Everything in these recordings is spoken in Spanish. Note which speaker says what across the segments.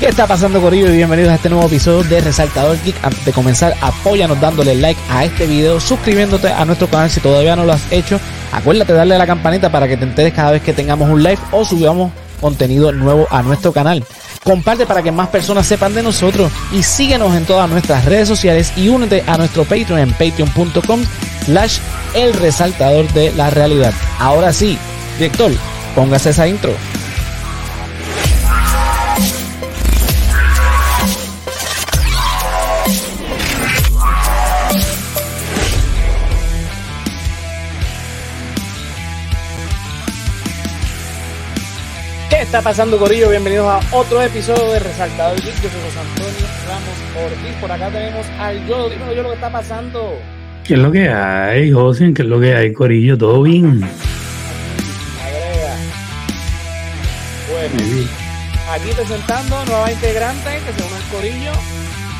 Speaker 1: ¿Qué está pasando Corillo? Y bienvenidos a este nuevo episodio de Resaltador Geek. Antes de comenzar, apóyanos dándole like a este video, suscribiéndote a nuestro canal si todavía no lo has hecho. Acuérdate de darle a la campanita para que te enteres cada vez que tengamos un live o subamos contenido nuevo a nuestro canal. Comparte para que más personas sepan de nosotros y síguenos en todas nuestras redes sociales y únete a nuestro Patreon en patreon.com slash el resaltador de la realidad. Ahora sí, director, póngase esa intro. ¿Qué está pasando, Corillo? Bienvenidos a otro episodio de Resaltador Geek. Yo soy José Antonio Ramos Ortiz. Por acá tenemos al Yolo. Dímelo, Yolo, ¿qué está pasando?
Speaker 2: ¿Qué es lo que hay, José? ¿Qué es lo que hay, Corillo? ¿Todo bien?
Speaker 1: Agrega. Bueno, aquí presentando nueva integrante que se une al Corillo.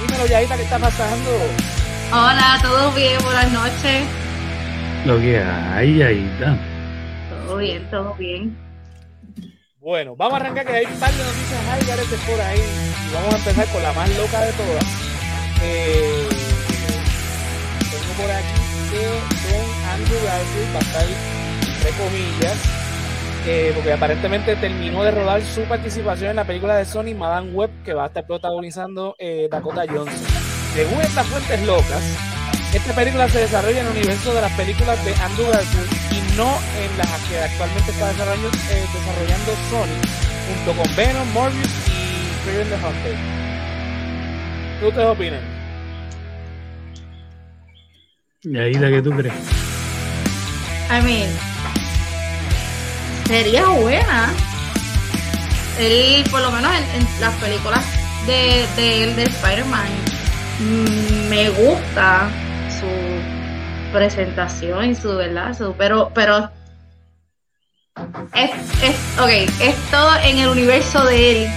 Speaker 1: Dímelo, Yaita, ¿qué está pasando?
Speaker 3: Hola, ¿todo bien? Buenas noches.
Speaker 2: Lo que hay, ahí está.
Speaker 3: Todo bien, todo bien.
Speaker 1: Bueno, vamos a arrancar que hay un par de noticias álgaretes por ahí. Y vamos a empezar con la más loca de todas. Eh, tengo por aquí que Don Andrew Garfield va a estar, entre comillas, eh, porque aparentemente terminó de rodar su participación en la película de Sony, Madame Web, que va a estar protagonizando eh, Dakota Johnson. Según estas fuentes locas, esta película se desarrolla en el universo de las películas de Andrew Garfield y no en las que actualmente está desarrollando, eh, desarrollando Sony, junto con Venom, Morbius y Fear the Hunter. ¿Qué ustedes opinan?
Speaker 2: ¿Y ahí la que tú crees?
Speaker 3: I mean, sería buena. Él, por lo menos en, en las películas de, de él, de Spider-Man, mm, me gusta su presentación y su verdad, su, pero, pero es, es, ok, es todo en el universo de él,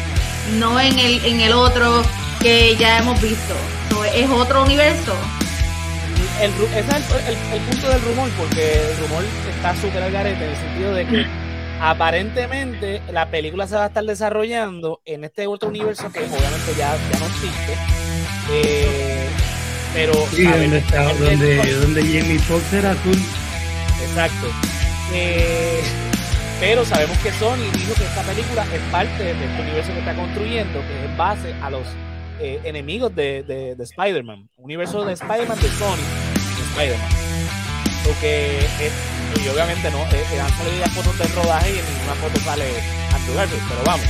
Speaker 3: no en el, en el otro que ya hemos visto. So, es otro universo.
Speaker 1: el, ru- ese es el, el- el punto del rumor, porque el rumor está súper al garete en el sentido de que aparentemente la película se va a estar desarrollando en este otro universo que obviamente ya, ya no existe. eh, pero
Speaker 2: Sí,
Speaker 1: a ver,
Speaker 2: donde, Ah, está,
Speaker 1: el- el-
Speaker 2: donde, donde Jamie Foxx era azul.
Speaker 1: Exacto. Eh, pero sabemos que Sony dijo que esta película es parte de este universo que está construyendo, que es en base a los eh, enemigos de, de, de Spider-Man. Universo de Spider-Man de Sony de Spider-Man. Lo que es- y obviamente no, eh, eh, han salido ya fotos del rodaje y en ninguna foto sale Andrew Garfield, pero vamos.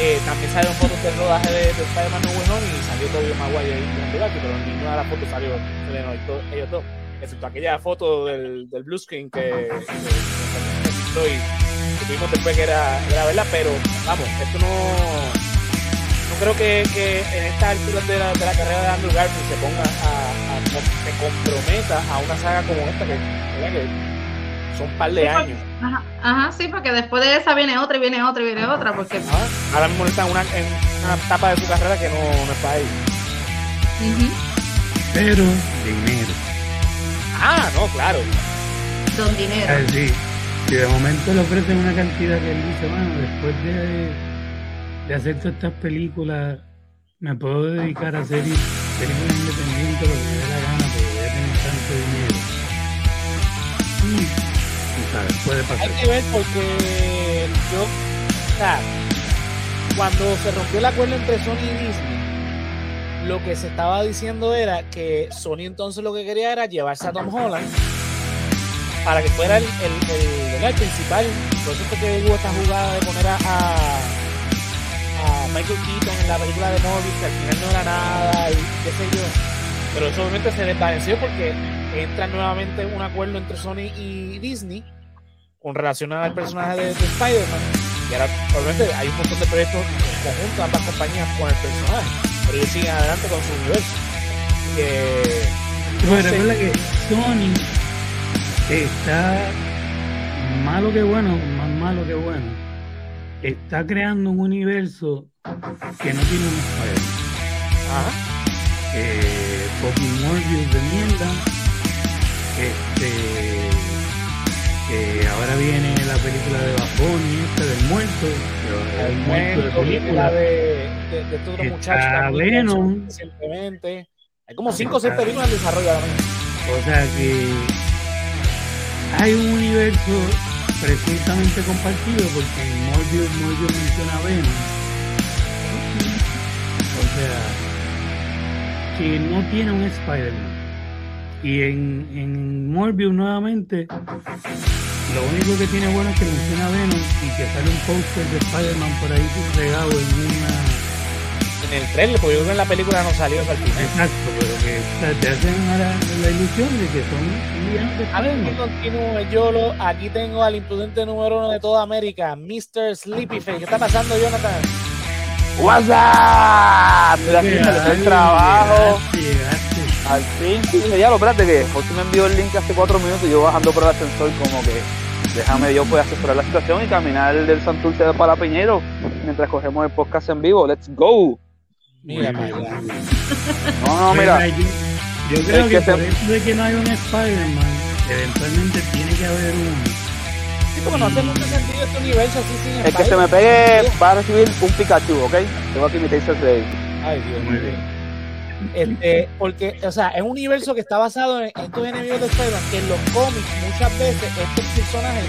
Speaker 1: Eh, también salieron fotos del rodaje de, de Spider-Man No Way Home y salió Tobey Maguire y Andrew Garfield, pero en ninguna de las fotos salió salieron ellos dos- ellos dos excepto aquella foto del, del blue screen que, que, que existió y que tuvimos después que era, era verdad, pero vamos, esto no, no creo que, que en esta altura de la, de la carrera de Andrew Garfield se ponga a, a- com- se comprometa a una saga como esta que, ¿verdad? que son un par de años.
Speaker 3: Ajá, ajá, sí, porque después de esa viene otra y viene otra y viene otra, porque
Speaker 1: Ah, Ahora mismo está en una, en una etapa de su carrera que no, no está ahí.
Speaker 3: ujú,
Speaker 2: Pero, dinero.
Speaker 1: Ah, no, claro.
Speaker 3: don dinero.
Speaker 2: Ah, sí. Si de momento le ofrecen una cantidad que él dice, bueno, después de, de hacer todas estas películas, me puedo dedicar a hacer películas independientes lo que me dé la gana, porque voy a tener tanto dinero. Mm. Tú sabes, puede
Speaker 1: Hay
Speaker 2: pasar.
Speaker 1: que ver porque yo, o sea, cuando se rompió el acuerdo entre Sony y Disney, lo que se estaba diciendo era que Sony entonces lo que quería era llevarse a Tom Holland para que fuera el, el- el- ¿verdad? el principal. Por eso fue que hubo esta jugada de poner a, a, a Michael Keaton en la película de Morbius, que al final no era nada y qué sé yo. Pero eso obviamente se desvaneció porque entra nuevamente un acuerdo entre Sony y Disney con relación al personaje de, de Spider-Man. Y ahora, obviamente, hay un montón de proyectos en conjunto, ambas compañías con el personaje. Pero ellos siguen adelante con su universo. Así que,
Speaker 2: Pero
Speaker 1: Sí.
Speaker 2: recuerda que Sony está malo que bueno, más malo que bueno. Está creando un universo que no tiene un Spider-Man.
Speaker 1: ajá,
Speaker 2: Eh, fucking Morbius de mierda. Este, eh, ahora viene la película de Vapor. Bunny esta del muerto,
Speaker 1: El
Speaker 2: el muerto de
Speaker 1: cuento, viene la
Speaker 2: película.
Speaker 1: de, de, de estos otros
Speaker 2: Está
Speaker 1: muchachos. también,
Speaker 2: Venom.
Speaker 1: Recientemente. Hay como 5 o
Speaker 2: Está-
Speaker 1: 6 películas en desarrollo ahora mismo.
Speaker 2: O sea que hay un universo presuntamente compartido porque en Morbius, Morbius menciona a Venom. O sea, que no tiene un Spider-Man. Y en, en Morbius nuevamente, lo único que tiene bueno es que menciona a Venom y que sale un póster de Spider-Man por ahí regado en una
Speaker 1: En el trailer, porque yo creo que en la película no salió hasta el final.
Speaker 2: Exacto, pero que o sea, te hacen la, la ilusión de que son villanos de
Speaker 1: A ver,
Speaker 2: Spider-Man.
Speaker 1: aquí continúo Yolo. Aquí tengo al imprudente número uno de toda América, Mr. Sleepyface. ¿Qué está pasando, Jonathan?
Speaker 4: What's up? Mira, aquí salió el trabajo.
Speaker 2: Llegaste,
Speaker 4: Al fin, sí, dije, ya lo espérate que José me envió el link hace cuatro minutos y yo bajando por el ascensor como que déjame yo pues asesorar la situación y caminar del Santurce para Piñero mientras cogemos el podcast en vivo. Let's go.
Speaker 1: Mira,
Speaker 2: Muy
Speaker 1: para allá.
Speaker 2: bien.
Speaker 4: No, no,
Speaker 2: Mira,
Speaker 4: mira.
Speaker 2: yo, yo creo
Speaker 4: el
Speaker 2: que,
Speaker 4: que se-
Speaker 2: por eso de que no hay un Spider-Man, eventualmente tiene que haber uno.
Speaker 1: Sí, porque no hace mucho sentido este universo así sin
Speaker 4: El que se me pegue va a recibir un Pikachu, ¿ok? Tengo aquí mi Taser Slave.
Speaker 1: Ay, Dios
Speaker 2: Muy
Speaker 1: mío. Este, porque, o sea, es un universo que está basado en estos enemigos de Spider-Man, que en los cómics muchas veces estos personajes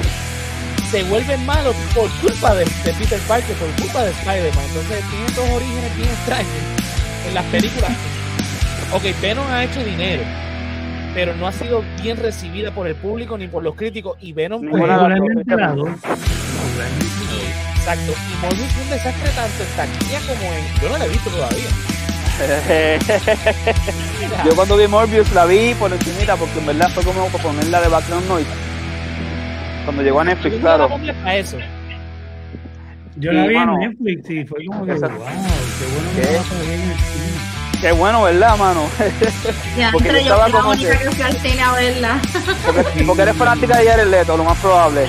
Speaker 1: se vuelven malos por culpa de, de Peter Parker, por culpa de Spider-Man. Entonces tiene estos orígenes bien extraños en las películas. Ok, Venom ha hecho dinero, pero no ha sido bien recibida por el público ni por los críticos. Y Venom, pues,
Speaker 4: Ninguna de las
Speaker 2: Regularmente
Speaker 4: dos,
Speaker 2: la dos. Regularmente la dos.
Speaker 1: exacto. Y Morbius fue un desastre tanto en taquilla como en. Yo no la he visto todavía.
Speaker 4: yo cuando vi Morbius la vi por encimita porque en verdad fue como para ponerla de background noise. Cuando llegó a Netflix,
Speaker 1: Yo no la
Speaker 4: claro.
Speaker 1: pongo para eso.
Speaker 2: Yo
Speaker 4: Y,
Speaker 2: la vi
Speaker 4: mano,
Speaker 2: en Netflix y fue como que, wow, qué
Speaker 4: exacto.
Speaker 2: bueno que
Speaker 4: ¿Qué?
Speaker 2: va a salir en el cine.
Speaker 4: Qué bueno, ¿verdad, mano?
Speaker 3: Ya,
Speaker 4: Porque
Speaker 3: entre
Speaker 4: yo
Speaker 3: yo
Speaker 4: estaba
Speaker 3: fui la
Speaker 4: como
Speaker 3: única
Speaker 4: que-
Speaker 3: que fui al cine a verla.
Speaker 4: Porque, porque eres fanática de Jared Leto, lo más probable.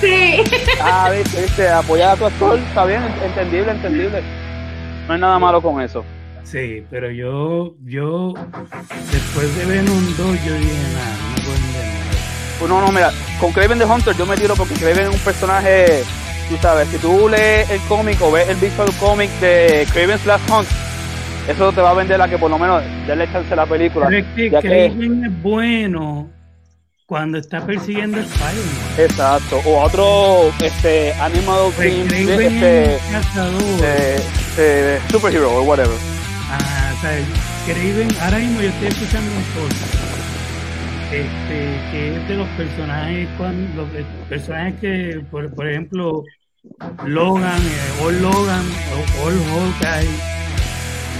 Speaker 3: Sí.
Speaker 4: Ah, viste, viste, apoyar a tu actor, está bien, ent- entendible, entendible. No hay nada malo con eso.
Speaker 2: Sí, pero yo, yo, después de Venom 2, yo dije, nada, no me pueden ver nada".
Speaker 4: Pues no, no, mira, con Craven the Hunter yo me tiro porque Craven es un personaje, tú sabes, si tú lees el cómic o ves el visual cómic de Craven's Last Hunt, eso te va a vender a que por lo menos le chance a la película.
Speaker 2: Pero es que
Speaker 4: ya que-
Speaker 2: Kraven es bueno cuando está persiguiendo a Spider-Man.
Speaker 4: Exacto. O a otro, este, animal
Speaker 2: Pues
Speaker 4: team,
Speaker 2: Kraven
Speaker 4: este,
Speaker 2: es un cazador.
Speaker 4: eh, eh, superhero o whatever.
Speaker 2: Ah, o sea, Kraven, ahora mismo yo estoy escuchando un podcast este, que es de los personajes, cuando, los eh, personajes que, por, por ejemplo, Logan, eh, All Logan, o- All Hawkeye,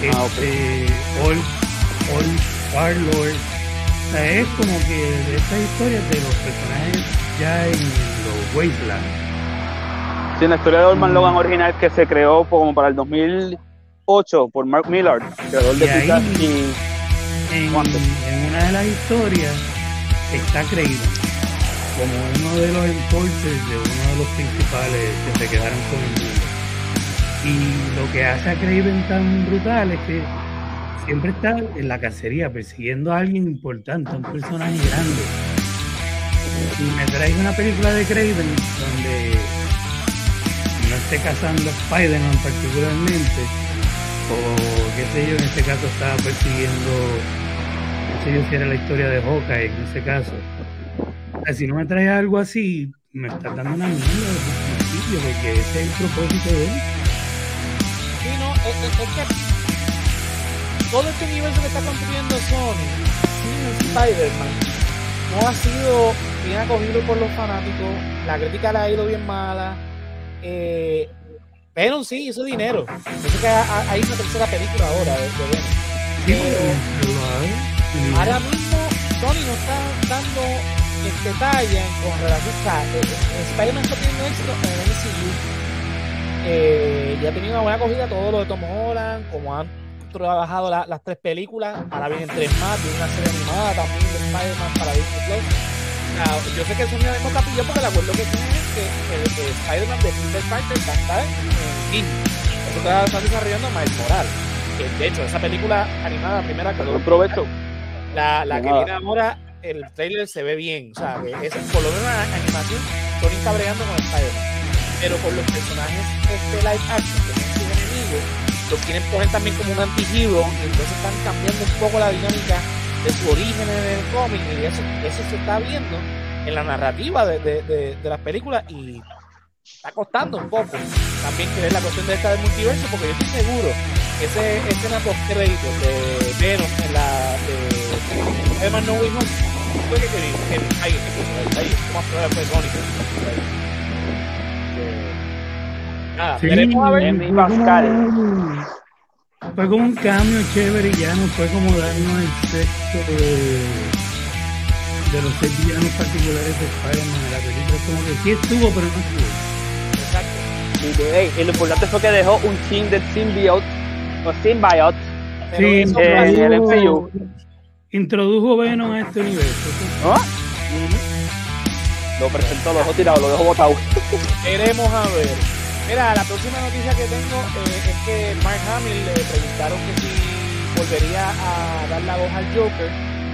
Speaker 2: este,
Speaker 4: Ah,
Speaker 2: All, All Star-Lord. O sea, es como que de estas historias de los personajes ya en los Wastelands.
Speaker 4: Sí, en la historia de Orman Logan original que se creó por- como para el 2008 por Mark Millard, creador de
Speaker 2: Y ahí-
Speaker 4: Pizza y
Speaker 2: En,
Speaker 4: Wonder.
Speaker 2: en una de las historias está creído como uno de los enforcers de uno de los principales que se quedaron con el mundo. Y lo que hace a Craven tan brutal es que siempre está en la cacería persiguiendo a alguien importante, a un personaje grande. Y me traes una película de Craven donde no esté cazando a Spider-Man particularmente, o qué sé yo, en este caso estaba persiguiendo, qué sé yo, si era la historia de Hawkeye en ese caso. O sea, si no me traes algo así, me está dando una mierda desde el principio, porque ese es el propósito de él.
Speaker 1: Sí, no, es, es- es que todo este universo que está construyendo Sony sin Spider-Man no ha sido bien acogido por los fanáticos, la crítica le ha ido bien mala, eh, pero sí hizo dinero. Yo sé que ha- ha- hay una tercera película ahora de, de Venom.
Speaker 2: Sí,
Speaker 1: Pero-
Speaker 2: pero lo hago. Y-
Speaker 1: Eh, Ahora mismo Sony no está dando este talla en- con relación a eh, eh, Spider-Man está teniendo éxito en el MCU. Eh, y ha tenido una buena acogida todo lo de Tom Holland, como han trabajado la- las tres películas, ahora vienen tres más, viene una serie animada también de Spider-Man para Disney Plus. O sea, yo sé que Sony ahora mismo está pillado porque el acuerdo que tiene es que, el que Spider-Man de Peter Parker va a estar en Disney. Eso está, está desarrollando Miles Morales. Que, de hecho, esa película animada, la primera que
Speaker 4: un provecho.
Speaker 1: la, la
Speaker 4: De
Speaker 1: que
Speaker 4: nada.
Speaker 1: viene ahora, el trailer se ve bien. O sea, que es, por lo menos la animación, Sony está bregando con Spider-Man. pero con los personajes este live action que son sus enemigos, los quieren poner también como un anti-hero y entonces están cambiando un poco la dinámica de su origen en el cómic y eso, eso se está viendo en la narrativa de, de, de, de las películas y está costando un poco también que es la cuestión de esta del multiverso porque yo estoy seguro que ese escena post créditos de Venom en la de Emma No Way Home fue que que que ahí ahí como fue Sonic Que- nada
Speaker 2: Sí.
Speaker 1: veremos a ver
Speaker 4: Henry Pascal.
Speaker 2: Fue como un cambio chévere y ya no fue como darnos el sexto de, de los seis villanos particulares de Spider-Man de la película. Es como que sí estuvo, pero no estuvo.
Speaker 1: exacto
Speaker 4: Y, de- hey, y lo importante fue que dejó un chin de symbiote o symbiote.
Speaker 1: pero
Speaker 2: Sí,
Speaker 1: eso
Speaker 4: eh,
Speaker 1: pasa-
Speaker 4: el MCU.
Speaker 2: Introdujo Venom a este universo.
Speaker 4: ¿no? Lo presentó, lo dejó tirado, lo dejó botado.
Speaker 1: Veremos a ver. Mira, la próxima noticia que tengo eh, es que Mark Hamill le preguntaron que si volvería a dar la voz al Joker.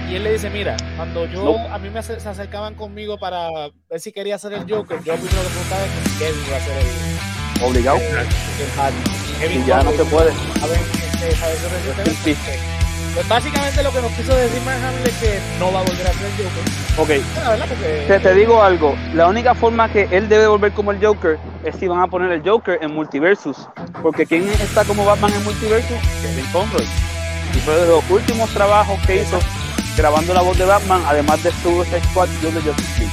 Speaker 1: Y él le dice, mira, cuando yo,
Speaker 4: No.
Speaker 1: a mí me ace- se acercaban conmigo para ver si quería ser el Joker, yo primero le preguntaba que si Kevin iba a ser el,
Speaker 4: Obligado.
Speaker 1: el Harley. Kevin
Speaker 4: Y ya no
Speaker 1: Conway,
Speaker 4: se puede.
Speaker 1: saben, este, falleció recientemente. Pues básicamente lo que nos quiso decir Mark Hamill es que no va a volver a ser el Joker.
Speaker 4: Ok,
Speaker 1: La verdad, porque...
Speaker 4: te, te digo algo. La única forma que él debe volver como el Joker es si van a poner el Joker en Multiversus. Porque ¿quién está como Batman en Multiversus? Kevin Conroy. Y fue de los últimos trabajos que hizo grabando la voz de Batman, además de su Squad y de Justice League.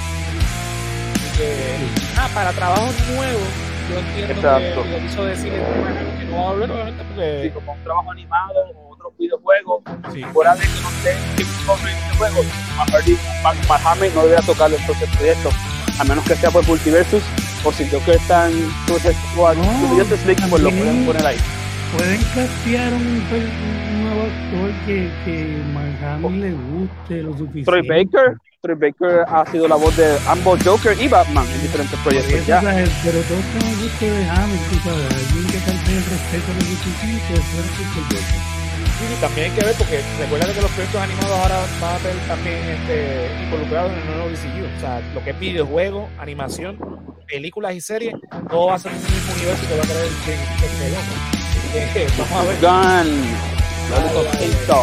Speaker 1: Así que, ah, para trabajos nuevos, yo entiendo
Speaker 4: Exacto.
Speaker 1: que lo quiso decir el tema que no va a volver, obviamente,
Speaker 4: Sí,
Speaker 1: porque
Speaker 4: como un trabajo animado o otro videojuego,
Speaker 1: sí.
Speaker 4: fuera de que no esté Kevin Conroy en este juego, McCarthy- Mark- Mark Hamill no debería tocarlo entonces proyecto, a menos que sea por Multiversus o si el Joker está en Suicide Squad,
Speaker 2: No,
Speaker 4: su Justice League, pues lo pueden
Speaker 2: también.
Speaker 4: poner ahí.
Speaker 2: Pueden castear un, per- un nuevo actor que, que Manhattan le guste lo suficiente.
Speaker 4: Oh. Troy Baker. Troy Baker ha sido la voz de ambos Joker y Batman en diferentes
Speaker 2: Por eso,
Speaker 4: proyectos Pues ya.
Speaker 2: ¿sabes? Pero todos tenemos gusto de Hamill, tú sabes. Alguien que tal vez respeta lo suficiente, fuera que el Joker.
Speaker 1: Sí, y también hay que ver, porque recuerda que los proyectos animados ahora van a ver también este, involucrados en el nuevo DCU. O sea, lo que es videojuego, animación, películas y series, todo va a ser un mismo universo que va a creer el este loco. Así que, Vamos a ver.
Speaker 4: Gun.
Speaker 1: Ay,
Speaker 4: Lollipop
Speaker 1: ay, ay.
Speaker 4: Tinto.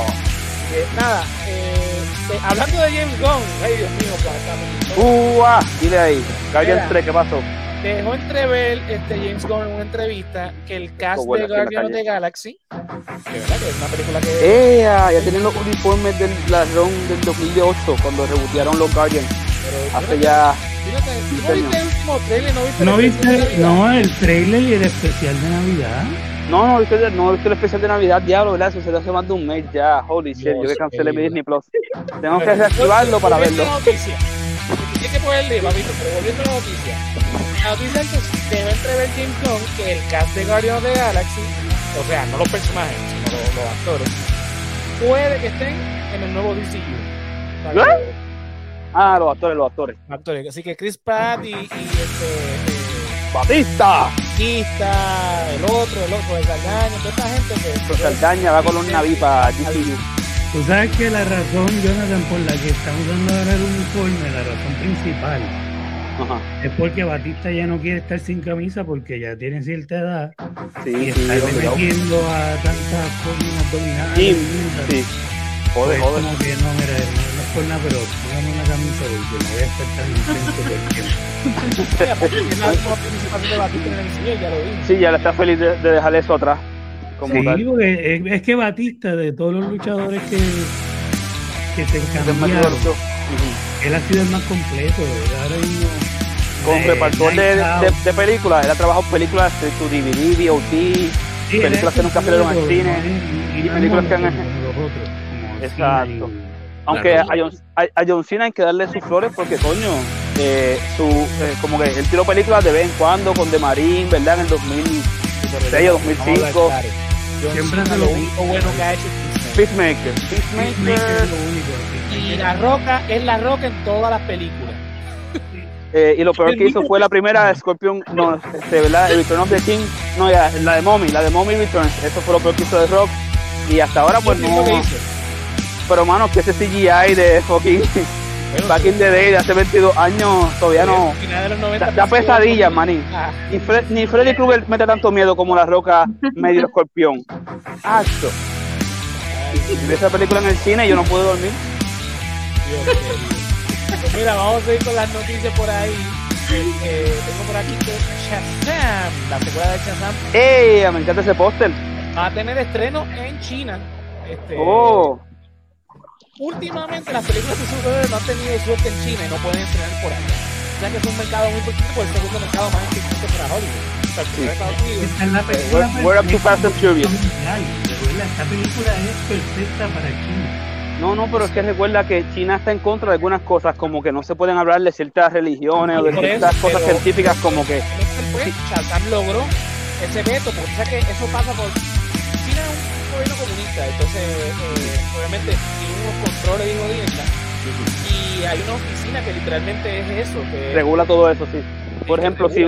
Speaker 1: Eh, nada, eh, se- hablando de James Gunn, ay Dios mío, por acá me picó.
Speaker 4: Uah, Dile ahí.
Speaker 1: Mira.
Speaker 4: Guardian 3, ¿qué pasó?
Speaker 1: dejó entrever este James Gunn en una entrevista que el cast
Speaker 4: Lo bueno
Speaker 1: de
Speaker 4: es que la
Speaker 1: Guardians of
Speaker 4: calle. Eh,
Speaker 1: the Galaxy, que verdad que es una película que
Speaker 4: ¡Ea! Ya tienen los uniformes del ladrón del 2008 cuando rebotearon los Guardians.
Speaker 1: pero,
Speaker 4: Hace ya.
Speaker 1: tú no te- tú no viste el último trailer, no viste
Speaker 2: ¿No
Speaker 1: el especial
Speaker 2: viste?
Speaker 1: de Navidad?
Speaker 2: No, el trailer y el especial de Navidad.
Speaker 4: No, no, viste, no viste el especial de Navidad, diablo, ¿verdad? Eso se hace más de un mes ya. Holy shit, yo
Speaker 1: Dios,
Speaker 4: que cancelé mi
Speaker 1: querida.
Speaker 4: Disney Plus. Tengo que
Speaker 1: Pero,
Speaker 4: reactivarlo para
Speaker 1: volviendo
Speaker 4: verlo.
Speaker 1: a la noticia, que Tiene que ponerle, papito, pero volviendo a la noticia. La noticia es que dejó entrever James Gunn que el cast de Guardians of the Galaxy, o sea, no los personajes, sino los, los actores, puede que estén en el nuevo DCU. O sea, que-
Speaker 4: Ah, los actores, los actores.
Speaker 1: actores. Así que Chris Pratt y, y este
Speaker 4: ¡Batista!
Speaker 1: Quista, el otro, el otro, el Saldaña, toda esta gente que
Speaker 4: Los Saldaña va con un naví para DCU.
Speaker 2: Tú sabes que la razón, Jonathan, por la que están usando ahora el uniforme, la razón principal,
Speaker 4: Ajá.
Speaker 2: es porque Batista ya no quiere estar sin camisa porque ya tiene cierta edad y
Speaker 4: Sí, sí,
Speaker 2: está
Speaker 4: obligado.
Speaker 2: metiendo a tantas formas abdominales.
Speaker 4: Sí,
Speaker 2: lindas.
Speaker 4: sí.
Speaker 2: Pues
Speaker 4: Joder, joder.
Speaker 2: como que no, mira, no, no es por nada, pero póngame una camisa porque no voy a estar tan intenso porque
Speaker 1: sea, porque es la última participación de Batista en el MCU, ya lo dije.
Speaker 4: Sí, ya le está feliz de, de dejar eso atrás. Como
Speaker 2: Sí,
Speaker 4: tal.
Speaker 2: porque es, es que Batista, de todos los luchadores que, que se
Speaker 4: Del
Speaker 2: cambiaron,
Speaker 4: Matador, yo. Ujú.
Speaker 2: él ha sido el más completo, de verdad, ahora mismo.
Speaker 4: Con
Speaker 2: eh,
Speaker 4: repartor de,
Speaker 2: Night
Speaker 4: de-
Speaker 2: Out,
Speaker 4: de películas. Él ha trabajado películas de tu DVD, VOD.
Speaker 2: sí, él es
Speaker 4: películas que nunca salieron al
Speaker 2: todo,
Speaker 4: cine,
Speaker 2: ¿no?
Speaker 4: y películas que han-
Speaker 2: como los otros, como Cena
Speaker 4: Exacto.
Speaker 2: y-
Speaker 4: Aunque a John, a, a John Cena hay que darle sus flores porque, coño, eh, su, eh, como que él tiró películas de vez en cuando con De Marín, ¿verdad? En el 2000, Sí,
Speaker 1: Vamos
Speaker 4: 2005.
Speaker 1: a hablar claro. John
Speaker 2: Siempre
Speaker 1: Cena,
Speaker 2: hace
Speaker 1: lo
Speaker 2: lo
Speaker 1: único bueno que ha hecho es Kingsman.
Speaker 4: Peacemaker.
Speaker 2: Peacemaker es
Speaker 4: Peacemaker.
Speaker 2: lo único, así.
Speaker 1: y la roca es la roca en todas las películas.
Speaker 4: Eh, y lo peor que hizo fue la primera Scorpion, no, este, ¿verdad? El Return of the King, no, ya, la de Mommy, la de Mommy Returns, eso fue lo peor que hizo de Rock. Y hasta ahora, pues
Speaker 1: ¿Qué es lo
Speaker 4: no.
Speaker 1: que hizo?
Speaker 4: Pero, mano, que ese CGI de fucking
Speaker 1: Bueno,
Speaker 4: Back in the day, de hace 22 años, todavía no.
Speaker 1: final de los 90
Speaker 4: Da, da pesadillas, maní.
Speaker 1: Ah,
Speaker 4: Ni, Fre- ni Freddy Krueger mete tanto miedo como la roca medio escorpión. Acho. Y vi esa película en el cine y yo no pude dormir.
Speaker 1: Dios mío. Pues mira, vamos a ir con las noticias por ahí. Eh, eh, tengo por aquí que Shazam, la secuela de Shazam,
Speaker 4: ¡Ey! Me encanta ese póster.
Speaker 1: va a tener estreno en China. Este,
Speaker 4: ¡Oh!
Speaker 1: Últimamente las películas de superhéroes no han tenido suerte en China y no pueden estrenar por allá. O sea que es un mercado muy pequeño, pues el segundo mercado más importante para Hollywood. O sea, el primero Estados Unidos.
Speaker 2: Esta es la película.
Speaker 4: We're, we're Eh, up to fast and furious.
Speaker 2: Esta película es perfecta para China.
Speaker 4: No, no, pero es que recuerda que China está en contra de algunas cosas, como que no se pueden hablar de ciertas religiones o de
Speaker 1: Por eso,
Speaker 4: ciertas cosas
Speaker 1: pero-
Speaker 4: científicas, como que
Speaker 1: Este fue, Shazam logró ese veto, porque o sea que eso pasa por China es un gobierno comunista, entonces eh, obviamente tiene unos controles y jodienda. Y hay una oficina que literalmente es eso, que
Speaker 4: regula todo eso, sí. Por ejemplo, si,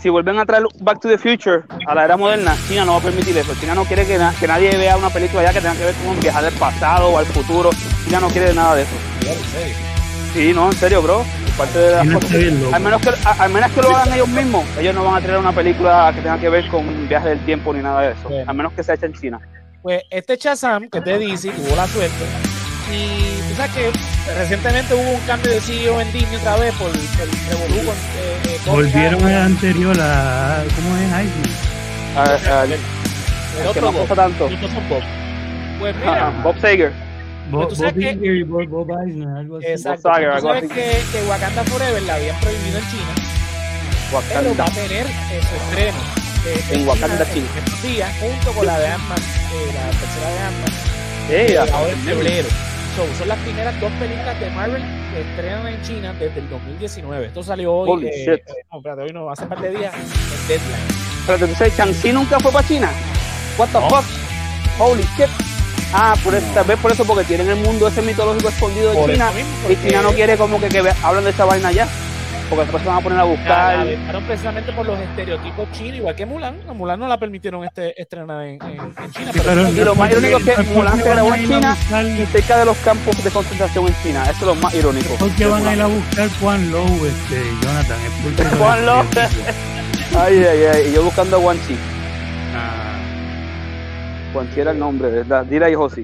Speaker 4: si vuelven a traer Back to the Future a la era moderna, China no va a permitir eso. China no quiere que, na- que nadie vea una película ya que tenga que ver con viajar al pasado o al futuro. China no quiere nada de eso. Sí, no, en serio, bro. Parte de las
Speaker 2: China
Speaker 4: cosas-
Speaker 2: está bien loco.
Speaker 4: Al menos, que, a- al menos que lo hagan ellos mismos, ellos no van a traer una película que tenga que ver con viajes del tiempo ni nada de eso.
Speaker 1: Bueno.
Speaker 4: A menos que se eche en China.
Speaker 1: Pues este Shazam, que te dice, tuvo la suerte. Y tú sabes que recientemente hubo un cambio de CEO en Disney otra vez por el revolú con, eh, eh, con-
Speaker 2: Volvieron a la anterior, a. ¿Cómo es Iceman?
Speaker 4: A- a-
Speaker 1: El
Speaker 4: al que
Speaker 1: otro
Speaker 4: no
Speaker 1: Bob.
Speaker 4: gusta tanto.
Speaker 1: Los dos son Bob. Pues mira,
Speaker 4: Ajá, Bob Sager.
Speaker 1: Pues
Speaker 2: Bob,
Speaker 1: tú
Speaker 2: Bob
Speaker 1: sabes que-
Speaker 2: Iger y Bob, Bob Eisner, algo así.
Speaker 1: Exacto.
Speaker 4: Bob Sager,
Speaker 1: Tú
Speaker 4: algo
Speaker 1: sabes
Speaker 4: así.
Speaker 1: que, que Wakanda Forever la habían prohibido en China, pero va a tener eh, su estreno eh,
Speaker 4: En Wakanda, China.
Speaker 1: en estos días, junto con la de Ant-Man, eh, la tercera de Ant-Man,
Speaker 4: Ey,
Speaker 1: eh, ahora en
Speaker 4: a-
Speaker 1: febrero. So, son las primeras dos películas de Marvel que estrenan en China desde el 2019. Esto salió hoy.
Speaker 4: Holy
Speaker 1: eh,
Speaker 4: shit.
Speaker 1: eh, no, espérate, hoy no, hace par de días. en Deadline.
Speaker 4: Pero entonces Changxi nunca fue para China. What the fuck? Holy shit. Ah, por eso, tal vez por eso, porque tienen el mundo ese mitológico escondido de
Speaker 1: Por
Speaker 4: China.
Speaker 1: eso mismo,
Speaker 4: Y
Speaker 1: porque
Speaker 4: China no quiere como que, que ve- hablen de esa vaina ya. Porque después se van a poner a
Speaker 1: La, la
Speaker 4: buscar.
Speaker 1: vetaron precisamente por los estereotipos chinos, igual que Mulan. A Mulan no la permitieron este, estrenar en, en- en China.
Speaker 2: Sí,
Speaker 1: pero
Speaker 2: pero-
Speaker 4: Y lo más irónico es que
Speaker 2: ¿Por qué
Speaker 4: Mulan se
Speaker 2: van
Speaker 4: grabó
Speaker 2: a
Speaker 4: en
Speaker 2: ir a
Speaker 4: China
Speaker 2: buscar-
Speaker 4: y cerca de los campos de concentración en China. Eso es lo más irónico.
Speaker 2: ¿Por qué van a ir a buscar Juan Lowe, este, Jonathan? Es porque son
Speaker 4: Juan Lowe.
Speaker 2: asiáticos.
Speaker 4: Ay, ay, ay. Y yo buscando a Guanchi.
Speaker 2: Ah,
Speaker 4: Cualquiera el nombre, ¿verdad? Dira y Josi.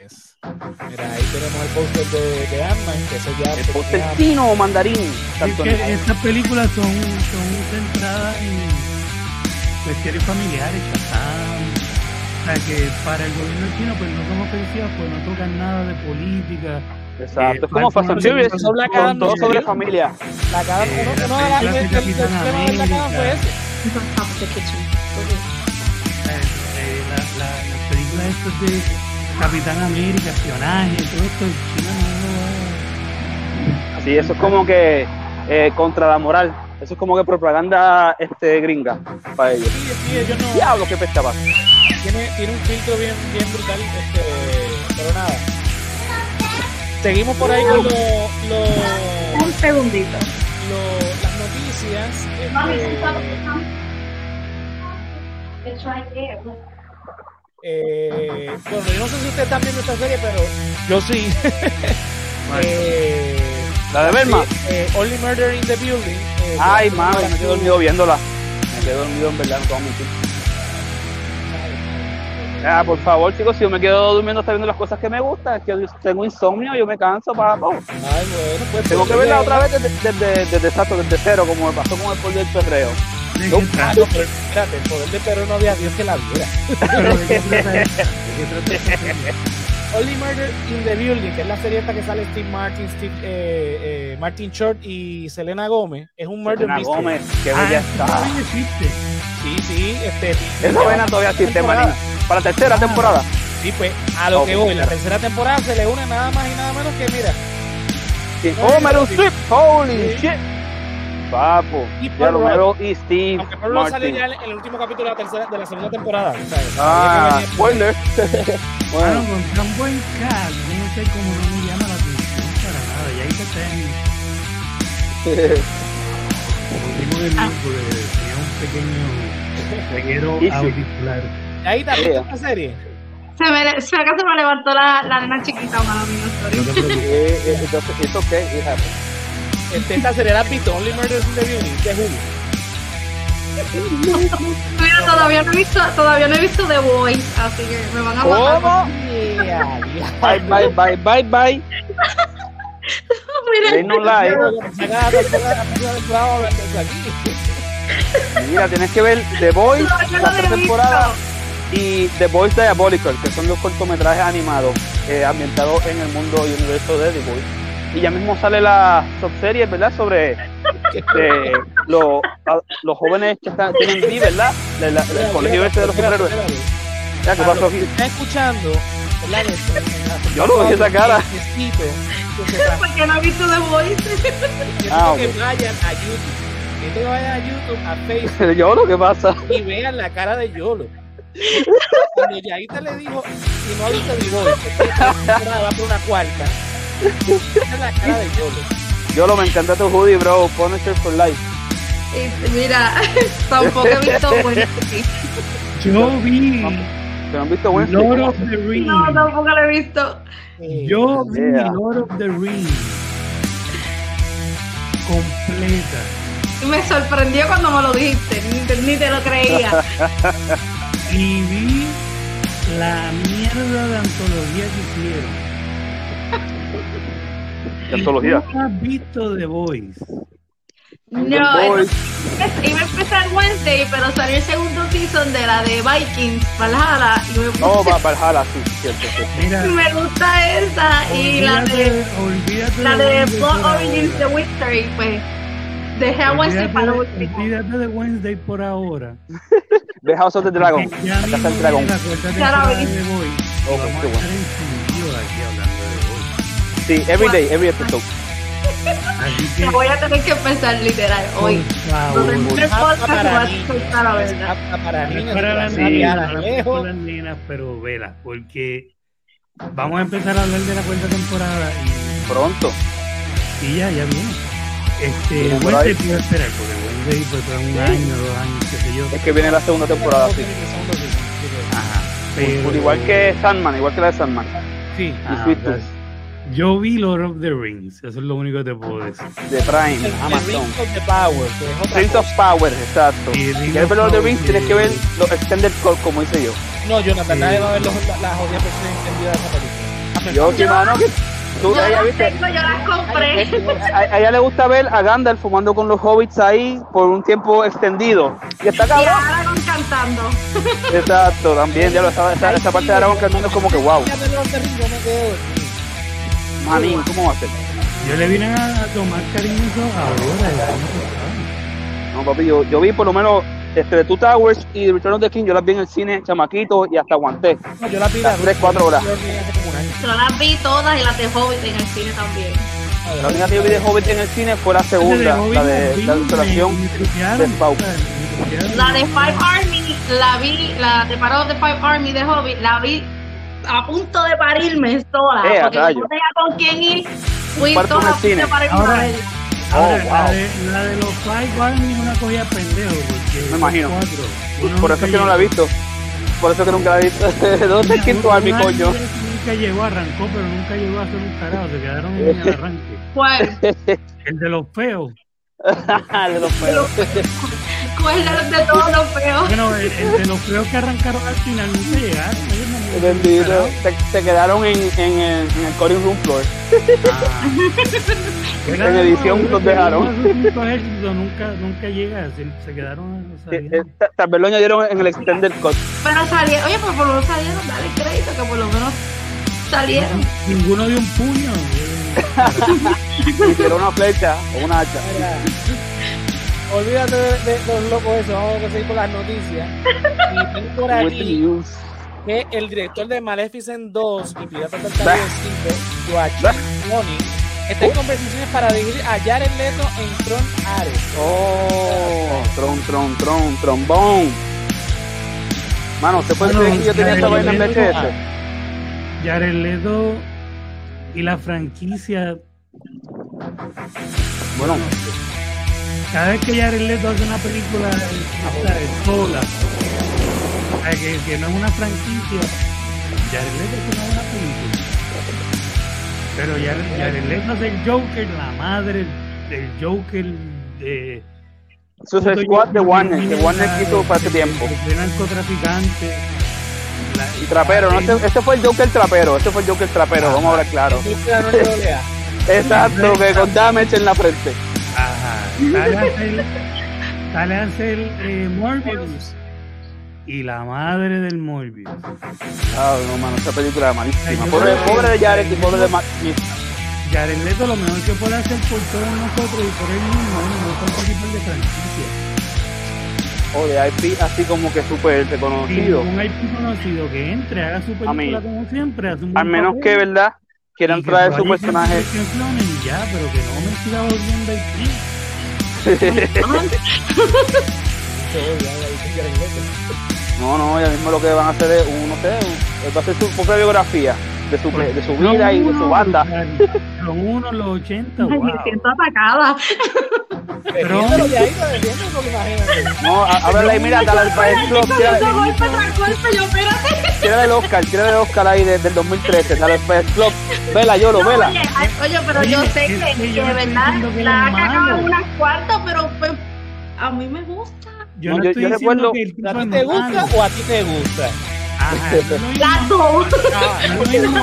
Speaker 1: Yes. Mira, ahí tenemos el póster de, de Ant-Man, que eso Este ya.
Speaker 4: El póster chino o mandarín.
Speaker 2: es
Speaker 4: Tanto en-
Speaker 2: que estas películas son, son centradas en cuestiones familiares, Shazam. O sea, que para el gobierno chino pues no son ofensivas, pues no tocan nada de política.
Speaker 4: Exacto.
Speaker 2: eh,
Speaker 4: Es como Fast and Furious.
Speaker 1: Son Black
Speaker 4: Son
Speaker 1: Adam,
Speaker 4: todo
Speaker 1: ¿no?
Speaker 4: sobre familia.
Speaker 1: La Adam,
Speaker 2: Eh,
Speaker 1: uno,
Speaker 2: la
Speaker 1: uno de las-
Speaker 2: película
Speaker 1: el-
Speaker 2: de
Speaker 1: el- el
Speaker 2: Capitán
Speaker 1: tema de Black Adam fue
Speaker 2: América.
Speaker 1: ese.
Speaker 3: Out of the kitchen. Ok.
Speaker 2: Eh, eh, la- la- las películas estas de Capitán América, espionaje, todo esto, China no
Speaker 4: Sí, eso es como que eh, contra la moral. Eso es como que propaganda este gringa para ellos.
Speaker 1: Sí, sí, ellos no.
Speaker 4: Diablo, qué peste va.
Speaker 1: Tiene, tiene un filtro bien, bien brutal, este, pero nada. Seguimos por ahí con lo, lo-
Speaker 3: Un segundito.
Speaker 1: lo- las noticias. este, eh, bueno, yo no sé si ustedes están viendo esta serie, pero yo sí.
Speaker 2: va.
Speaker 1: Eh,
Speaker 4: La de Berma.
Speaker 1: eh, Only Murder in the Building. eh,
Speaker 4: Ay,
Speaker 1: que-
Speaker 4: mami, me quedé dormido viéndola. Me quedé dormido en verdad, no te voy a mentir. Ah, por favor, chicos, si yo me quedo durmiendo hasta viendo las cosas que me gustan, es que yo tengo insomnio, yo me canso, papo.
Speaker 1: Ay, bueno, pues.
Speaker 4: Tengo que
Speaker 1: pues,
Speaker 4: verla
Speaker 1: eh,
Speaker 4: otra vez desde, desde, desde, exacto, desde cero, como me pasó con el pollo del perreo.
Speaker 2: ¿De
Speaker 4: No,
Speaker 2: qué
Speaker 1: Ah,
Speaker 2: trata?
Speaker 1: no, pero espérate, el poder de perro no había Dios que la viera.
Speaker 2: Pero ¿De qué trata esta? ¿De qué trata esta película?
Speaker 1: Only Murder in the Building, que es la serie esta que sale Steve Martin, Steve, eh, eh, Martin Short y Selena Gómez. Es un murder
Speaker 4: Ana
Speaker 1: mystery.
Speaker 4: Gómez, qué
Speaker 2: Ah,
Speaker 4: bella
Speaker 2: esto
Speaker 4: está.
Speaker 2: todavía existe.
Speaker 1: Sí, sí, este.
Speaker 4: Esa
Speaker 1: ya
Speaker 4: vena
Speaker 1: va
Speaker 4: todavía
Speaker 1: para la
Speaker 4: existe,
Speaker 1: temporada.
Speaker 4: manín. Para la tercera
Speaker 2: Ah.
Speaker 4: temporada.
Speaker 1: Sí, pues, a lo
Speaker 4: Ok.
Speaker 1: que voy, la tercera temporada se le une nada más y nada menos que, mira,
Speaker 4: Sí.
Speaker 1: No,
Speaker 4: Oh,
Speaker 1: no,
Speaker 4: Meryl
Speaker 1: sí.
Speaker 4: Streep, holy
Speaker 1: Sí.
Speaker 4: shit. Papo,
Speaker 1: Y
Speaker 4: ya
Speaker 1: Paul
Speaker 4: lo
Speaker 1: Rudd.
Speaker 4: Meryl y Steve.
Speaker 1: aunque Pablo no sale
Speaker 4: Martin.
Speaker 1: ya en el último capítulo de la, tercera, de la segunda temporada. ¿sabes?
Speaker 4: Ah, spoiler.
Speaker 2: Ah,
Speaker 4: bueno,
Speaker 2: no, con tan buen cast, yo no sé cómo no me llama la atención para nada. Y ahí que está en último
Speaker 4: Ah.
Speaker 2: del mundo, porque tenía un pequeño reguero
Speaker 4: Sí, sí.
Speaker 2: auricular.
Speaker 1: Ahí también
Speaker 4: Yeah.
Speaker 1: esta serie.
Speaker 3: Se me, se acá se me levantó la, la nena chiquita, mano mía, sorry.
Speaker 2: No te preocupes.
Speaker 4: eh, Entonces, ¿esto qué? It happened.
Speaker 1: Este esta sería la pista Only Murders in the Building de Hulu.
Speaker 3: Mira, todavía no he visto, todavía no he visto The Voice, así que me van a matar.
Speaker 4: ¿Cómo?
Speaker 1: Yeah,
Speaker 4: Bye, bye, bye, bye, bye.
Speaker 3: Mira,
Speaker 4: Ley no live. Mira, tienes que ver The Voice,
Speaker 3: todavía
Speaker 4: la
Speaker 3: no lo
Speaker 4: tercera
Speaker 3: he visto.
Speaker 4: temporada, y The Voice Diabolical, que son los cortometrajes animados eh, ambientados en el mundo y universo de The Voice. Y ya mismo sale la subserie, ¿verdad? Sobre este, lo- a- los jóvenes que están, tienen D, ¿verdad? La- la- el colegio este de los superhéroes. Ya, ¿qué pasó aquí?
Speaker 1: Está escuchando. ¿verdad? Eso,
Speaker 4: Yo no vi esa cara.
Speaker 1: Necesito que se trans-
Speaker 3: Porque no he visto The Voice.
Speaker 1: necesito
Speaker 4: Ah,
Speaker 1: que vayan a YouTube. Necesito que vayan a YouTube, a Facebook.
Speaker 4: Yo lo que pasa.
Speaker 1: y vean la cara de Yolo. Cuando Yaita le dijo, si no ha visto mi voz, va por una cuarta. Vean la cara de Yolo.
Speaker 4: Yo lo me encanta tu hoodie, bro. Punisher for life.
Speaker 3: Y Este, mira, tampoco he visto Wednesday.
Speaker 2: Yo vi
Speaker 4: ¿Te lo han visto, Wednesday?
Speaker 2: Lord of the Rings.
Speaker 3: No, tampoco lo he visto.
Speaker 2: Yo vi
Speaker 4: Yeah.
Speaker 2: Lord of the Rings. Completa.
Speaker 3: Me sorprendió cuando me lo dijiste, ni te, ni te lo creía.
Speaker 2: Y vi la mierda de antología que hicieron.
Speaker 4: De antología.
Speaker 2: ¿Y tú has visto The Voice?
Speaker 3: No,
Speaker 4: The
Speaker 3: eso- iba a empezar Wednesday, pero salió el segundo season de la de Vikings, Valhalla, y me,
Speaker 4: No, va Valhalla, sí, cierto, sí.
Speaker 2: Mira,
Speaker 3: me gusta esa, y la de,
Speaker 2: olvídate
Speaker 3: la de
Speaker 2: Wednesday
Speaker 3: Blood
Speaker 2: por
Speaker 3: Origins de
Speaker 2: ahora.
Speaker 3: Winter, y pues dejé a Wednesday
Speaker 2: Olvídate
Speaker 3: para
Speaker 2: de-
Speaker 3: último.
Speaker 2: Olvídate de Wednesday por ahora.
Speaker 4: The House of the Dragon.
Speaker 2: Porque Ya
Speaker 4: Acá está el
Speaker 2: mismo
Speaker 4: dragón.
Speaker 2: viene la cuarta
Speaker 3: Ya la
Speaker 2: temporada
Speaker 3: vi.
Speaker 2: de The Voice.
Speaker 4: Ok,
Speaker 2: Vamos a
Speaker 4: qué bueno.
Speaker 2: estar encendidos aquí hablando de The Voice.
Speaker 4: Sí, every day, every episode.
Speaker 2: Así que,
Speaker 3: La voy a tener que empezar literal hoy.
Speaker 2: por favor,
Speaker 3: Los tres podcasts me van a soltar la verdad.
Speaker 1: Apta para
Speaker 2: no
Speaker 1: niños,
Speaker 2: es para las
Speaker 1: apta
Speaker 4: niñas,
Speaker 1: para
Speaker 2: nenas, no es para
Speaker 1: viejos.
Speaker 2: las nenas, pero velas, porque vamos a empezar a hablar de la cuarta temporada y
Speaker 4: Pronto.
Speaker 2: Y ya, ya viene. Este,
Speaker 4: Mira, por
Speaker 2: Wednesday
Speaker 4: ahí.
Speaker 2: puede esperar, porque Wednesday puede esperar un año, dos años, qué sé yo.
Speaker 4: Es que viene la segunda temporada, sí.
Speaker 2: Ajá.
Speaker 4: Por igual que Sandman, igual que la de Sandman.
Speaker 1: Sí.
Speaker 2: Ajá,
Speaker 4: Sweet Tooth.
Speaker 2: Ah, yo vi Lord of the Rings, eso es lo único que te puedo decir.
Speaker 4: De Prime,
Speaker 1: The
Speaker 4: Amazon.
Speaker 1: Rings of the Power, que es otra
Speaker 4: Rings
Speaker 1: cosa.
Speaker 4: of Power, exacto.
Speaker 2: Y
Speaker 4: Si
Speaker 2: Ring
Speaker 4: quieres
Speaker 2: of
Speaker 4: ver Lord of the
Speaker 2: Power,
Speaker 4: Rings,
Speaker 2: sí.
Speaker 4: tienes que ver los Extended Call, como hice yo.
Speaker 1: No, Jonathan,
Speaker 2: Sí.
Speaker 1: nadie va a ver los- la, la jodida versión extendida de esa película.
Speaker 4: Yo, sí, mano, que tú,
Speaker 3: Yo
Speaker 4: ella,
Speaker 3: las
Speaker 4: viste,
Speaker 3: tengo, yo las compré.
Speaker 4: a, a ella le gusta ver a Gandalf fumando con los hobbits ahí por un tiempo extendido. Y está
Speaker 3: Y
Speaker 4: cabrón.
Speaker 3: ahora van cantando.
Speaker 4: Exacto, también, ya lo esa, esa, esa parte de Aragón cantando es como que wow.
Speaker 1: Ya de Lord of the Rings, yo me quedo dormido.
Speaker 4: Manín, ¿cómo va a ser?
Speaker 2: Yo le vine a a tomar cariño eso ahora. ya, ¿no?
Speaker 4: No, papi, yo, yo vi por lo menos este, Two Towers y Return of the King, yo las vi en el cine, chamaquito, y hasta aguanté.
Speaker 1: No, yo la vi
Speaker 4: Las tres, cuatro horas.
Speaker 1: Yo la vi hace como un año.
Speaker 3: Yo las vi todas y las de Hobbit en el cine también.
Speaker 4: La única que yo vi de Hobbit en el cine fue la segunda, la de la
Speaker 2: Me-
Speaker 4: restauración.
Speaker 2: me truquearon,
Speaker 4: de Pau.
Speaker 2: o sea, me truquearon.
Speaker 3: La de Five Army, la vi, la de Parado de Five Army de Hobbit, la vi a punto de parirme sola.
Speaker 4: Eh, a
Speaker 3: porque
Speaker 4: rayo.
Speaker 3: no tenía con quién ir. Fui
Speaker 4: Parto
Speaker 3: sola
Speaker 4: en el
Speaker 3: a punto
Speaker 4: cine.
Speaker 3: de parirme
Speaker 2: Ahora-
Speaker 3: a verla.
Speaker 2: Ahora,
Speaker 4: Oh,
Speaker 2: la,
Speaker 4: wow.
Speaker 2: de, la de los Five Army es una cogida de pendejo, porque
Speaker 4: Me
Speaker 2: son
Speaker 4: imagino.
Speaker 2: cuatro. Uno
Speaker 4: Por eso
Speaker 2: nunca
Speaker 4: es que no la he
Speaker 2: llegó.
Speaker 4: visto. Por eso es que nunca la he visto. ¿Dónde está el quinto
Speaker 2: Un
Speaker 4: army,
Speaker 2: árbitro
Speaker 4: coño?
Speaker 2: Nunca llegó, arrancó, pero nunca llegó a hacer un carajo. Se quedaron en el arranque.
Speaker 3: ¿Cuál?
Speaker 2: El de los feos.
Speaker 4: de los pelos.
Speaker 3: ¿Cuál de, de todos los feos?
Speaker 2: Bueno, eh, el, el de los feos que arrancaron al final ¿eh? nunca llegaron. Ellos no llegaron
Speaker 4: Bendito.
Speaker 2: al carajo.
Speaker 4: Se, se quedaron en, en, el- en el Coding Room Floor.
Speaker 2: Era
Speaker 4: En
Speaker 2: de
Speaker 4: edición
Speaker 2: maduro,
Speaker 4: los
Speaker 2: que
Speaker 4: dejaron.
Speaker 2: llegó a sus cinco ejércitos, Nunca, nunca llega. Se, se quedaron. o sea,
Speaker 4: Eh, eh, ta- Tal vez lo añadieron en el Extended Cut.
Speaker 3: Pero salieron, oye, pues por lo menos salieron, dale crédito que por lo menos salieron.
Speaker 4: eh.
Speaker 2: Ninguno dio un puño. eh.
Speaker 4: Hicieron una flecha o una hacha.
Speaker 1: Mira, Olvídate de, de los locos eso, vamos a seguir con las noticias. Y tengo por
Speaker 4: With the
Speaker 1: aquí
Speaker 4: este news.
Speaker 1: que el director de Maleficent 2 y Piratas del Caribe 5, Joachim
Speaker 4: Bah. Uh.
Speaker 1: Clooney, está en conversaciones para dirigir a Jared Leto en Tron Ares.
Speaker 4: Oh, tron, tron, tron, trombón. Mano, ¿usted puede
Speaker 2: Mano,
Speaker 4: creer que yo tenía esta
Speaker 2: Jared
Speaker 4: vaina en
Speaker 2: Leto.
Speaker 4: VHS?
Speaker 2: Jared Leto y la franquicia.
Speaker 4: Bueno,
Speaker 2: Cada vez que Jared Leto hace una película o sea, es sola, o sea, que, que no es una franquicia, Jared Leto es una buena película. Pero Jared, Jared Leto es el Joker, la madre del Joker de...
Speaker 4: Suicide Squad de Warner, que Warner quiso para ese
Speaker 2: de-
Speaker 4: tiempo.
Speaker 2: De narcotraficante. La-
Speaker 4: Y trapero, ¿no? Este, este fue el Joker trapero, este fue el Joker trapero, vamos a hablar claro.
Speaker 1: Industria no ah. es doble A.
Speaker 4: Exacto, que con damage en la frente.
Speaker 2: Ajá. Sale a hacer, sale a hacer, eh, Morbius. Y la madre del Morbius.
Speaker 4: Ah, no, mano, esta película
Speaker 2: Ay,
Speaker 4: es malísima.
Speaker 2: yo
Speaker 4: Pobre,
Speaker 2: creo que-
Speaker 4: pobre de Jared y pobre de Matt Smith.
Speaker 2: Jared Leto lo mejor que puede hacer por todos nosotros y por él mismo no es participar de franquicia.
Speaker 4: O de IP, así como que súper reconocido.
Speaker 2: Ningún IP conocido que entre, haga su película
Speaker 4: A mí.
Speaker 2: como siempre. hace un buen
Speaker 4: Al menos
Speaker 2: papel,
Speaker 4: que,
Speaker 2: y
Speaker 4: ¿verdad? Quieran
Speaker 2: que
Speaker 4: traer su
Speaker 2: valide
Speaker 4: personaje.
Speaker 2: Christian Clonen y ya, pero que no me siga volviendo el clip.
Speaker 1: Se odia, la industria del Leto.
Speaker 4: No, no, ya mismo lo que van a hacer es, un, no sé, un- va a ser su propia biografía de su, de su vida y de su banda.
Speaker 2: Son unos los 80,
Speaker 3: Ay,
Speaker 2: Oh, wow.
Speaker 3: Me siento atacada.
Speaker 1: Defiéndelo, Yaira, defiéndelo, porque imagínate.
Speaker 4: No, a- ábrale ahí, mira, dale al Fight Club, tírale,
Speaker 3: Comiendo golpe tras golpe, yo espérate.
Speaker 4: tírale el Oscar, tírale el Oscar ahí de- del 2013, dale al Fight Club, vela, lloro,
Speaker 3: No,
Speaker 4: vela.
Speaker 3: Oye, ay, oye, pero yo
Speaker 2: Oye,
Speaker 3: sé
Speaker 2: es
Speaker 3: que,
Speaker 2: que
Speaker 3: que
Speaker 2: yo
Speaker 3: de
Speaker 2: no estoy
Speaker 3: verdad
Speaker 2: diciendo que él
Speaker 3: la
Speaker 2: es
Speaker 3: ha cagado
Speaker 2: malo.
Speaker 3: unas cuartas, pero pues, a mí me gusta.
Speaker 2: Yo
Speaker 4: No,
Speaker 2: no,
Speaker 4: yo-
Speaker 2: estoy
Speaker 4: yo
Speaker 2: diciendo
Speaker 4: recuerdo-
Speaker 2: que el tipo
Speaker 1: ¿A
Speaker 2: es
Speaker 1: ti te
Speaker 2: malo.
Speaker 1: gusta o a ti te gusta?
Speaker 2: Ajá, no es lo
Speaker 3: Las
Speaker 2: mismo.
Speaker 3: dos.
Speaker 2: No es lo mismo.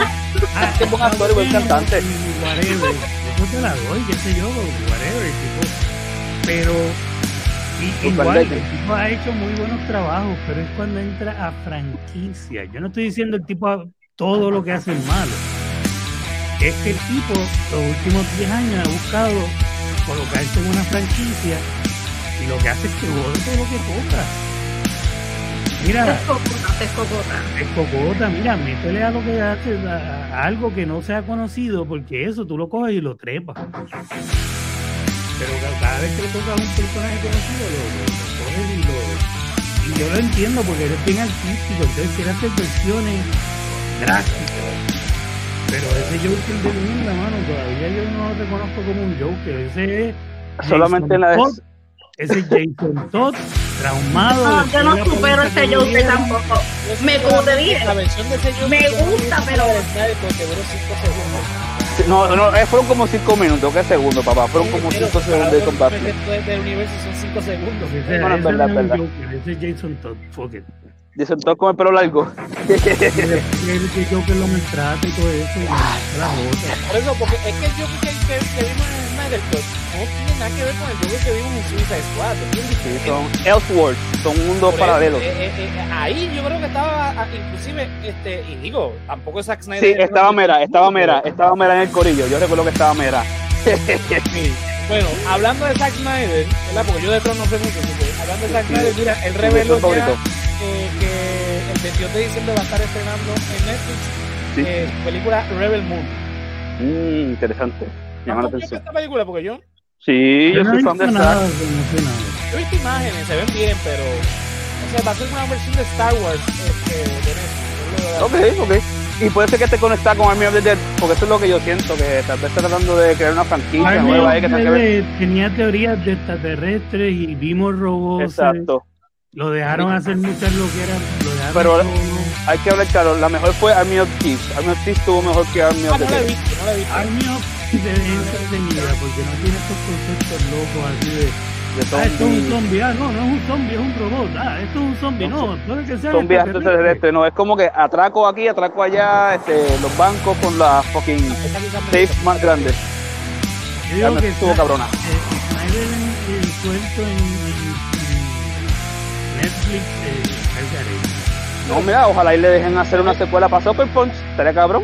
Speaker 2: Ah,
Speaker 4: Qué buen
Speaker 2: no
Speaker 4: actor y
Speaker 2: es
Speaker 4: buen
Speaker 2: lo mismo
Speaker 4: cantante.
Speaker 2: y Whatever. Yo te la doy, qué sé yo, whatever, tipo. Pero y-
Speaker 4: Los
Speaker 2: igual,
Speaker 4: Valdés.
Speaker 2: el tipo ha hecho muy buenos trabajos, pero es cuando entra a franquicia. Yo no estoy diciendo el tipo a- todo lo que hace es malo. Es que el tipo, los últimos 10 años, ha buscado colocarse en una franquicia y lo que hace es que vota todo lo que toca. Mira,
Speaker 3: Es cocota, es cocota.
Speaker 2: es Cocota, mira, métele a lo que hace, a, a algo que no sea conocido, porque eso tú lo coges y lo trepas. Pero ca- cada vez que le tocas a un personaje conocido, lo, lo- lo coges y lo. Y yo lo entiendo porque eres bien artístico, entonces quieres hacer versiones drásticas. Pero ese Joker de mierda, mano, todavía yo no lo reconozco como un Joker. Ese es.
Speaker 4: Solamente
Speaker 2: Jason
Speaker 4: en la de-
Speaker 2: Todd, Ese es Jason Todd, traumado.
Speaker 3: No,
Speaker 2: después
Speaker 3: Ah, yo
Speaker 2: de la
Speaker 3: no supero
Speaker 2: película
Speaker 3: ese
Speaker 2: que
Speaker 3: Joker
Speaker 2: vieron.
Speaker 3: tampoco.
Speaker 1: Yo
Speaker 3: Me-
Speaker 1: siento
Speaker 3: como te
Speaker 1: la-
Speaker 3: dije,
Speaker 1: la versión de ese Joker
Speaker 3: me
Speaker 1: que no
Speaker 3: gusta,
Speaker 1: hizo
Speaker 3: pero-
Speaker 1: la del Snyder Porque duró 5 segundos.
Speaker 4: No, no, eh, fueron como 5 minutos, qué segundo, papá, fueron como
Speaker 1: Pero
Speaker 4: 5
Speaker 1: para
Speaker 4: segundos de
Speaker 1: otros
Speaker 4: combate.
Speaker 1: perfectos del universo son 5 segundos.
Speaker 2: Ese-
Speaker 4: es
Speaker 2: ese
Speaker 4: verdad,
Speaker 2: no es
Speaker 4: verdad.
Speaker 2: un Joker, ese es Jason Todd, fuck it.
Speaker 4: Y sentó con el pelo largo.
Speaker 2: Y después el que Joker lo maltrata y todo eso, y la otra.
Speaker 1: Por eso, porque es que el Joker que, que, que vimos en Snyder Cut no tiene nada que ver con el Joker que vimos en Suicide Squad. Es bien
Speaker 4: Sí,
Speaker 1: diferente.
Speaker 4: son Ellsworth, son mundos
Speaker 1: Por eso,
Speaker 4: paralelos.
Speaker 1: eh, eh, eh, ahí yo creo que estaba, ah, inclusive, este, y digo, tampoco Zack Snyder.
Speaker 4: Sí, estaba Mera, estaba Mera, estaba Mera en el corillo, yo recuerdo que estaba Mera.
Speaker 1: Sí. Bueno, hablando de Zack Snyder, ¿verdad? Porque yo de Tron no sé mucho, así que hablando de Zack
Speaker 4: Sí.
Speaker 1: Snyder, mira, el
Speaker 4: Mi
Speaker 1: reveló
Speaker 4: director
Speaker 1: ya,
Speaker 4: favorito.
Speaker 1: eh, que el 22 de diciembre va a estar estrenando en Netflix
Speaker 4: Sí.
Speaker 1: eh, su película Rebel Moon.
Speaker 4: Mm, interesante, me llama la
Speaker 1: ¿Has visto
Speaker 4: atención.
Speaker 1: esta película? Porque yo,
Speaker 4: Sí, yo
Speaker 2: no
Speaker 4: soy
Speaker 2: he
Speaker 4: fan
Speaker 2: visto
Speaker 4: de
Speaker 2: nada,
Speaker 4: Zack.
Speaker 2: yo no sé nada.
Speaker 1: yo he visto imágenes, se ven bien, pero. O sea, va a ser una versión de Star Wars este, de Netflix. Yo lo-
Speaker 4: Ok, ok. Y puede ser que esté conectado con Army of the Dead, porque eso es lo que yo siento, que tal vez está tratando de crear una franquicia
Speaker 2: Ay,
Speaker 4: nueva ahí que
Speaker 2: mira,
Speaker 4: tenga que ver.
Speaker 2: Tenía teorías de extraterrestres y vimos robots. eh,
Speaker 4: Exacto.
Speaker 2: Lo dejaron hacer muchas lo que eran. Lo dejaron
Speaker 4: Pero-
Speaker 2: todo.
Speaker 4: Hay que hablar claro, la mejor fue Army of Thieves. Army of Thieves estuvo mejor que Army
Speaker 1: Ah,
Speaker 4: of the
Speaker 1: no la he
Speaker 4: Dead.
Speaker 1: visto, no la he visto.
Speaker 2: Army of de entretenida, porque no tiene estos conceptos locos así de.
Speaker 4: De
Speaker 2: Ah, esto es un
Speaker 4: zombie.
Speaker 2: zombie. Ah, no, no es un zombie, es un robot. Ah, esto es un zombie. No, no es que sea.
Speaker 4: Zombie
Speaker 2: extraterrestre.
Speaker 4: extraterrestre, no, es como que atraco aquí, atraco allá, este, los bancos con las fucking
Speaker 1: Esa quizás me
Speaker 4: safe
Speaker 1: gusta.
Speaker 4: más grandes.
Speaker 2: Yo digo
Speaker 4: Carmen,
Speaker 2: que
Speaker 4: estuvo
Speaker 2: Sna-
Speaker 4: cabrona.
Speaker 2: eh, Snyder en- en suelto en, en- en Netflix eh, al garete.
Speaker 4: No, mira, ojalá y le dejen hacer una secuela para Super Punch. Estaría cabrón.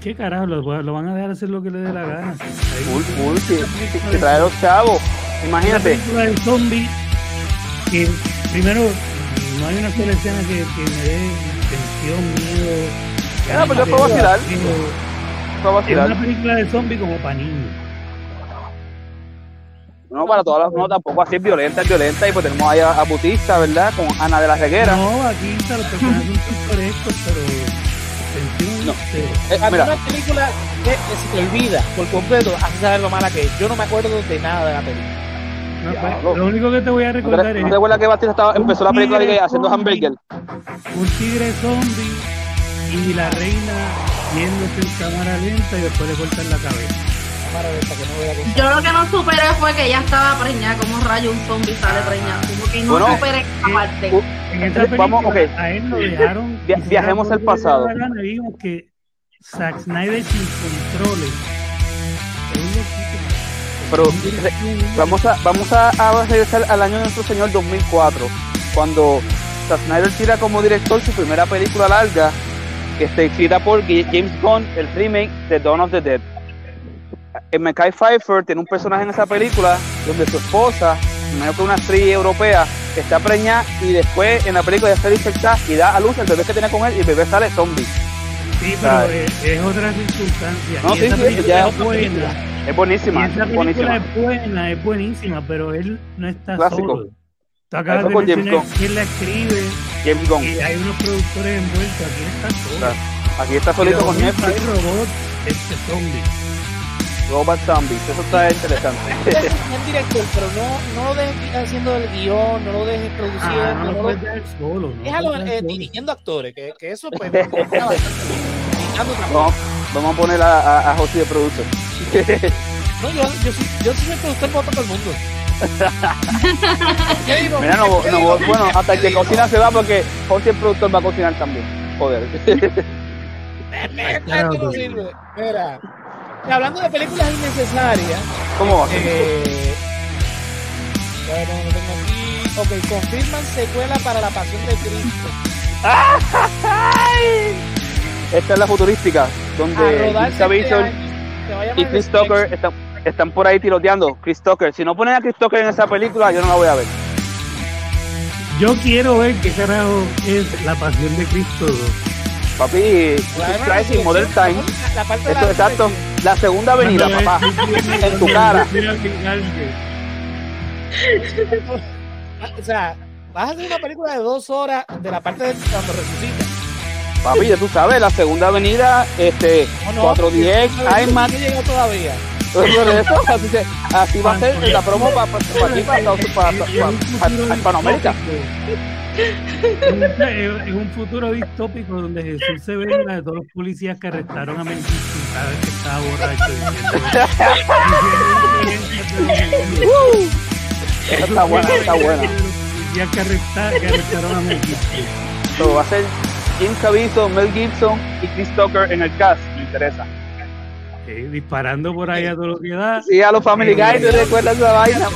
Speaker 2: ¿Qué carajo? Lo, lo van a dejar hacer lo que le dé la gana. Ahí-
Speaker 4: Full, full, si, si-
Speaker 2: película
Speaker 4: si
Speaker 2: de-
Speaker 4: trae los chavos.
Speaker 2: una
Speaker 4: Imagínate.
Speaker 2: película de zombie que primero no hay una sola escena que, que me dé tensión, miedo.
Speaker 4: Ah, pero es para vacilar.
Speaker 2: Es
Speaker 4: Fue vacilar.
Speaker 2: una película de zombie como para niños.
Speaker 4: No, para todas las, no, tampoco así es violenta, es violenta. Y pues tenemos ahí a, a Bautista, ¿verdad? Con Ana de la Reguera.
Speaker 2: No, aquí está, los personajes son pintorescos, pero tensión
Speaker 4: No.
Speaker 2: cero.
Speaker 4: Eh,
Speaker 1: A mí
Speaker 4: mira,
Speaker 1: una película que, que se te olvida por completo, hace saber lo mala que es. Yo no me acuerdo de nada de la película.
Speaker 2: No, pues,
Speaker 4: Diablo.
Speaker 2: lo único que te voy a
Speaker 4: ¿no
Speaker 2: recordar
Speaker 4: te,
Speaker 2: es
Speaker 4: no te acuerdas que Bautista estaba, empezó la película
Speaker 2: Tigre
Speaker 4: de que haciendo
Speaker 2: zombie.
Speaker 4: hamburger?
Speaker 2: un tigre zombie y la reina viéndose en cámara lenta y después le cortan la cabeza.
Speaker 1: Cámara de esta que no vea con-
Speaker 3: Yo lo que no superé fue que ella estaba preñada, como rayo un zombie sale preñado. Como que no
Speaker 4: Bueno,
Speaker 3: superé esa parte.
Speaker 4: u-
Speaker 2: En esta película
Speaker 4: Vamos, ok.
Speaker 2: a él lo dejaron.
Speaker 4: Via-
Speaker 2: hicieron
Speaker 4: viajemos al
Speaker 2: lo que le daba
Speaker 4: pasado.
Speaker 2: la gana, Vimos que Zack Snyder sin controles. Es un loquito.
Speaker 4: Pero vamos a, vamos a, a regresar al año de nuestro señor 2004, cuando Zack Snyder tira como director su primera película larga, que se escrita por G- James Gunn, el remake de Dawn of the Dead. Eh, Mekhi Pfeiffer tiene un personaje en esa película donde su esposa, una, una actriz europea, está preñada y después en la película ya está infectada y da a luz el bebé que tiene con él y el bebé sale zombie.
Speaker 2: Sí, pero
Speaker 4: Claro.
Speaker 2: es, es otra circunstancia.
Speaker 4: No,
Speaker 2: y
Speaker 4: sí,
Speaker 2: esa
Speaker 4: sí,
Speaker 2: película
Speaker 4: ya.
Speaker 2: es buena.
Speaker 4: Es
Speaker 2: Y
Speaker 4: buenísima,
Speaker 2: esa película
Speaker 4: buenísima.
Speaker 2: es buena, es buenísima, pero él no está
Speaker 4: Clásico.
Speaker 2: solo. Tú acabas
Speaker 4: Eso
Speaker 2: de
Speaker 4: con James
Speaker 2: mencionar
Speaker 4: Gunn.
Speaker 2: quién la escribe,
Speaker 4: James Gunn.
Speaker 2: que hay unos productores envueltos, aquí está solo.
Speaker 4: Claro. Aquí está
Speaker 2: Pero
Speaker 4: solito con
Speaker 2: nunca
Speaker 4: Netflix,
Speaker 2: hay robot, este zombie.
Speaker 4: Robot Zombies. Eso está interesante.
Speaker 1: Puedes ser un buen director, pero no, no lo dejes haciendo el guión, no lo dejes produciendo,
Speaker 2: Ah, no
Speaker 1: no
Speaker 2: lo
Speaker 1: lo-
Speaker 2: puedes dejar solo. no lo
Speaker 1: déjalo
Speaker 2: puedes
Speaker 1: eh,
Speaker 2: dejar solo.
Speaker 1: dirigiendo actores, que, que eso pues me gusta bastante. Dirigiendo otra cosa.
Speaker 4: Vamos, vamos a poner a, a, a José de productor.
Speaker 1: No, yo, yo, sí, yo sí soy productor para todo el mundo. ¿Qué digo?
Speaker 4: Mira, no,
Speaker 1: ¿Qué
Speaker 4: no,
Speaker 1: digo?
Speaker 4: bueno, hasta que
Speaker 1: digo?
Speaker 4: cocina se va porque José el productor va a cocinar también. Joder.
Speaker 1: Esto no sirve. Mira, y hablando de películas innecesarias,
Speaker 4: ¿Cómo va?
Speaker 1: eh, a ver, no, no tengo aquí. Ok, confirman secuela para la pasión de Cristo.
Speaker 4: Esta es la futurística,
Speaker 1: A
Speaker 4: donde
Speaker 1: rodar este
Speaker 4: Jessica Biel y Chris Tucker eh, están, están por ahí tiroteando. Chris Tucker, si no ponen a Chris Tucker en esa película, yo no la voy a ver.
Speaker 2: Yo quiero ver qué carajo es la pasión de Cristo.
Speaker 4: Papi, Crisis, Modern Time.
Speaker 1: La parte de
Speaker 4: Eso
Speaker 1: la
Speaker 4: exacto. La segunda avenida, papá.
Speaker 2: eh.
Speaker 4: En tu cara.
Speaker 1: Ah, O sea, vas a hacer una película de dos horas de la parte de cuando resucita.
Speaker 4: Papi, ya tú sabes, la segunda avenida, este,
Speaker 1: No, no,
Speaker 4: 410, IMAX.
Speaker 1: No llegó todavía.
Speaker 4: Por eso, así, se- así va a ser la promo para pa, pa- aquí, para pa- pa- pa- pa- Hispanoamérica.
Speaker 2: Es un futuro distópico donde Jesús se ve en la de todos los policías que arrestaron a Mengistu cada vez que estaba borracho. diciendo- diciendo-
Speaker 4: Esa Está buena, esa está buena.
Speaker 2: Los policías que, arresta- que arrestaron a Mengistu.
Speaker 4: Pero va a ser Jim Caviezel, Mel Gibson y Chris Tucker en el cast. Me interesa.
Speaker 2: Eh, disparando por ahí a todo lo que da.
Speaker 4: Sí, a los Family Guys, ¿te recuerdas esa vaina?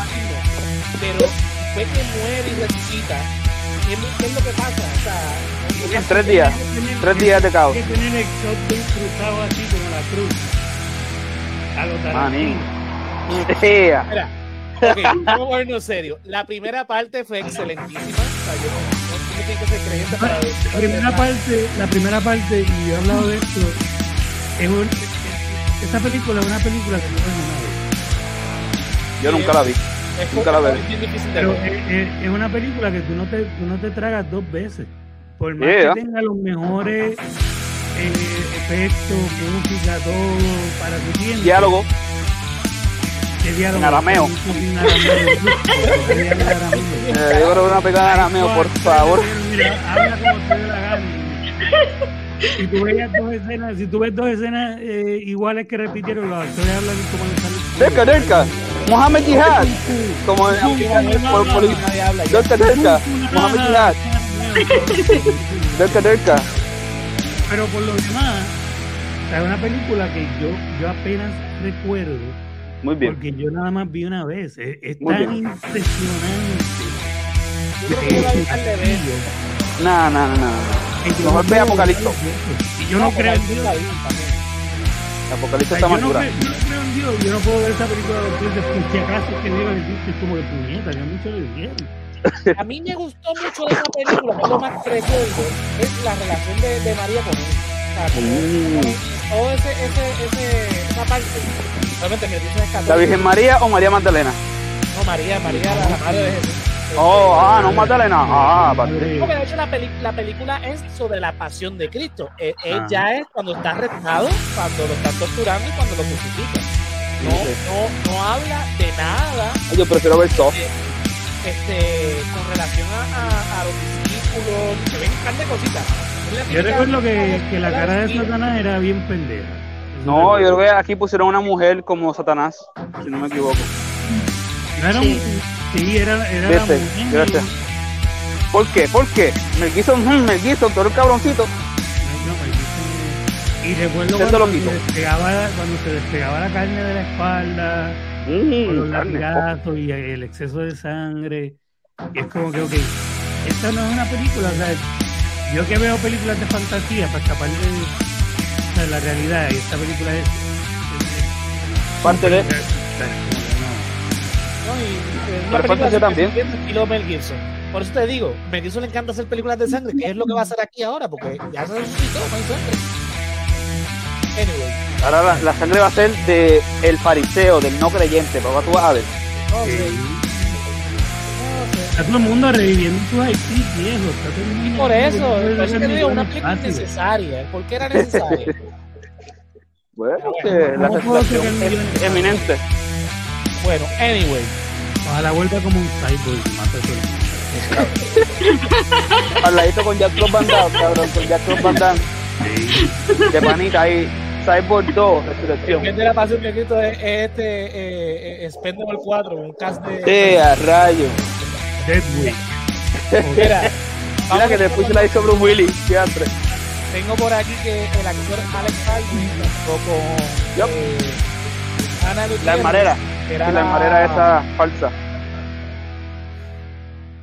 Speaker 1: Pero después que muere y resucita, ¿qué es lo- qué es lo que pasa? O sea,
Speaker 4: En tres días. Tres días de caos.
Speaker 2: Hay que tener el shotgun cruzado así como la cruz. A lo
Speaker 4: Manín.
Speaker 2: Tarantino.
Speaker 4: Yeah.
Speaker 1: Mira, ok, vamos a vernos serio. La primera parte fue excelentísima. O sea, yo no, no uno tiene que ser creyente para ver.
Speaker 2: La primera parte, la primera parte, y yo he hablado de esto, es un, esta película es una película que no es una vez,
Speaker 4: Yo nunca la vi.
Speaker 1: es
Speaker 4: nunca la
Speaker 1: porque
Speaker 4: veré.
Speaker 1: Es bien difícil de
Speaker 2: pero
Speaker 1: ver.
Speaker 2: es, es- es una película que tú no te, tú no te tragas dos veces. Por más
Speaker 4: Yeah.
Speaker 2: que tenga los mejores eh, efectos, música, todo para tu tiempo.
Speaker 4: Diálogo.
Speaker 2: ¿Qué diálogo?
Speaker 4: En arameo.
Speaker 2: En arameo.
Speaker 4: Eh, yo creo que una pegada de arameo, por favor.
Speaker 2: Mira, habla como te dé la gana. Si tú, veías dos escenas, si tú ves dos escenas eh, iguales que repitieron, los actores hablan como les sale el culo.
Speaker 4: Cerca, cerca. Mohamed Jihad. Como en por, por,
Speaker 1: Nadie habla ya.
Speaker 4: Cerca, cerca. Mohamed Jihad. Cerca, cerca.
Speaker 2: Pero por lo demás, o sea, es una película que yo, yo apenas recuerdo,
Speaker 4: Muy bien.
Speaker 2: porque yo nada más vi una vez. Es, es
Speaker 4: Muy
Speaker 2: tan
Speaker 4: bien.
Speaker 2: impresionante. eh,
Speaker 1: Yo creo que yo la vi al revés.
Speaker 4: Nada, nada, nada.
Speaker 2: que yo
Speaker 4: Mejor
Speaker 2: no
Speaker 4: ve
Speaker 2: creo-
Speaker 4: Apocalipto.
Speaker 2: Y yo no creo en
Speaker 1: Apocalipsis
Speaker 2: Dios.
Speaker 1: la vi también.
Speaker 4: Apocalipsis
Speaker 2: Ay,
Speaker 4: está
Speaker 2: yo,
Speaker 4: más
Speaker 2: no
Speaker 4: dura.
Speaker 2: creo, yo no creo en Dios, yo no puedo ver esta película dos veces, por si acaso que digan existe como de puñeta, que a muchos le dieron.
Speaker 1: A mí me gustó mucho de esa película, que es lo más recuerdo, es la relación de, de María con él. O sea, como-
Speaker 4: Uh.
Speaker 1: todo ese, ese, ese, esa parte. Realmente mi religión es católica.
Speaker 4: ¿La Virgen María o María Magdalena?
Speaker 1: No, María, María, la, la madre de Jesús. Este,
Speaker 4: Oh, ah, no Magdalena. Ah, vale.
Speaker 2: Madre,
Speaker 1: Porque de hecho la, peli- la película es sobre la pasión de Cristo. Eh, él
Speaker 2: Ah.
Speaker 1: ya es cuando está arrestado, cuando lo están torturando y cuando lo crucifican. No,
Speaker 4: Sí,
Speaker 1: no, no habla de nada
Speaker 4: Yo prefiero ver Soft.
Speaker 1: este, con relación a, a- a los discípulos, que ven un par de cositas.
Speaker 2: Yo recuerdo que, que la cara de Satanás era bien pendeja. Eso
Speaker 4: No, yo
Speaker 2: recuerdo.
Speaker 4: creo que aquí pusieron una mujer como Satanás, si no me equivoco.
Speaker 2: No era
Speaker 3: Sí.
Speaker 2: un- Sí, era, era la
Speaker 4: Viste,
Speaker 2: mujer.
Speaker 4: gracias. ¿Por qué? ¿Por qué? Mel Gibson, mm, Mel Gibson, tú eres un cabroncito.
Speaker 2: Ay, no, maldito. Y recuerdo
Speaker 4: Eso
Speaker 2: cuando
Speaker 4: lo
Speaker 2: se,
Speaker 4: quito.
Speaker 2: despegaba, cuando se despegaba la carne de la espalda, con los
Speaker 4: Mm, carne.
Speaker 2: latigazos y el exceso de sangre. Y es como que, ok, esta no es una película. O sea, yo que veo películas de fantasía para escapar de, o sea, la realidad, y esta película es. es-
Speaker 4: Parte de-
Speaker 2: es- no.
Speaker 1: ¿no? Y, eh, una
Speaker 4: Pero
Speaker 1: película
Speaker 4: fantasía
Speaker 1: así que
Speaker 4: también.
Speaker 1: se entiende estilo Mel Gibson. Por eso te digo, Mel Gibson le encanta hacer películas de sangre, que es lo que va a hacer aquí ahora, porque ya se resucitó, no hay sangre. Anyway,
Speaker 4: Ahora la, la sangre va a ser de el fariseo, del no creyente, papá, tú vas a ver.
Speaker 1: no sé,
Speaker 2: Sí.
Speaker 1: no sé.
Speaker 2: Está todo el mundo reviviendo sus ICs viejos. Está todo el mundo.
Speaker 1: Por eso,
Speaker 2: reviviendo
Speaker 1: por eso te digo, una
Speaker 2: fáciles.
Speaker 1: película innecesaria. ¿Por qué era necesaria?
Speaker 4: Bueno, que la
Speaker 2: ¿Cómo puedo
Speaker 4: resurrección
Speaker 2: creer en
Speaker 4: es
Speaker 2: Dios?
Speaker 4: eminente.
Speaker 1: bueno, anyway.
Speaker 2: Ojalá vuelva como un cyborg y mata a todo el mundo.
Speaker 4: Al ladito con Jack Club Van Damme, cabrón, con Jack Club Van Damme. De panita ahí. Cyborg 2, resurrección.
Speaker 1: El de la pasión que Cristo es, es este eh, eh, Spendable 4, un cast de.
Speaker 4: Sí, a rayo.
Speaker 2: Deadwood.
Speaker 1: Mira,
Speaker 4: Mira
Speaker 1: vamos-
Speaker 4: que después se la hizo Bruce Willis, siempre.
Speaker 1: Tengo por aquí que el actor Alex Baldwin o con
Speaker 4: Yup.
Speaker 1: eh, Ana Gutiérrez,
Speaker 4: La hermanera.
Speaker 1: que
Speaker 4: Y
Speaker 1: era
Speaker 4: la hermanera esa falsa.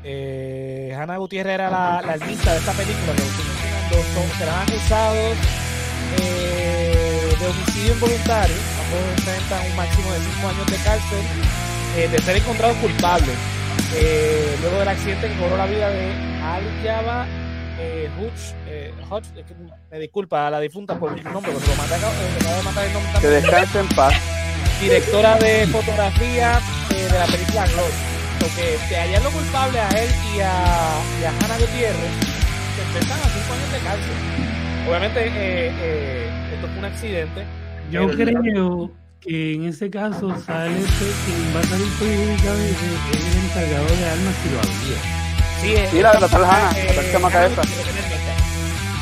Speaker 1: eh, Ana Gutiérrez era la, la lista de esta película. Que estoy mencionando, son- serán acusados eh, de homicidio involuntario. Ambos enfrentan un máximo de 5 años de cárcel eh, de ser encontrados culpables. eh, luego del accidente que cobró la vida de Al Yaba eh, Hutch, eh, Hutch, es que me disculpa a la difunta por el nombre, porque lo mata, eh, acabo de matar el nombre
Speaker 4: Que
Speaker 1: también.
Speaker 4: descanse en paz.
Speaker 1: directora de fotografía eh, de la película Glow. Porque de hallar lo culpable a él y a, y a Hannah Gutiérrez, se enfrentan a cinco años de cárcel. Obviamente, eh, eh, esto fue un accidente.
Speaker 2: Yo
Speaker 1: Pero-
Speaker 2: creo que en ese caso sale este quien va a salir perjudicado es el- es el encargado de armas si lo había.
Speaker 1: Sí, eh,
Speaker 4: Sí, la- la tal Hannah,
Speaker 1: eh,
Speaker 4: la tal chamaca
Speaker 1: Hannah
Speaker 4: esa.
Speaker 1: Gutiérrez,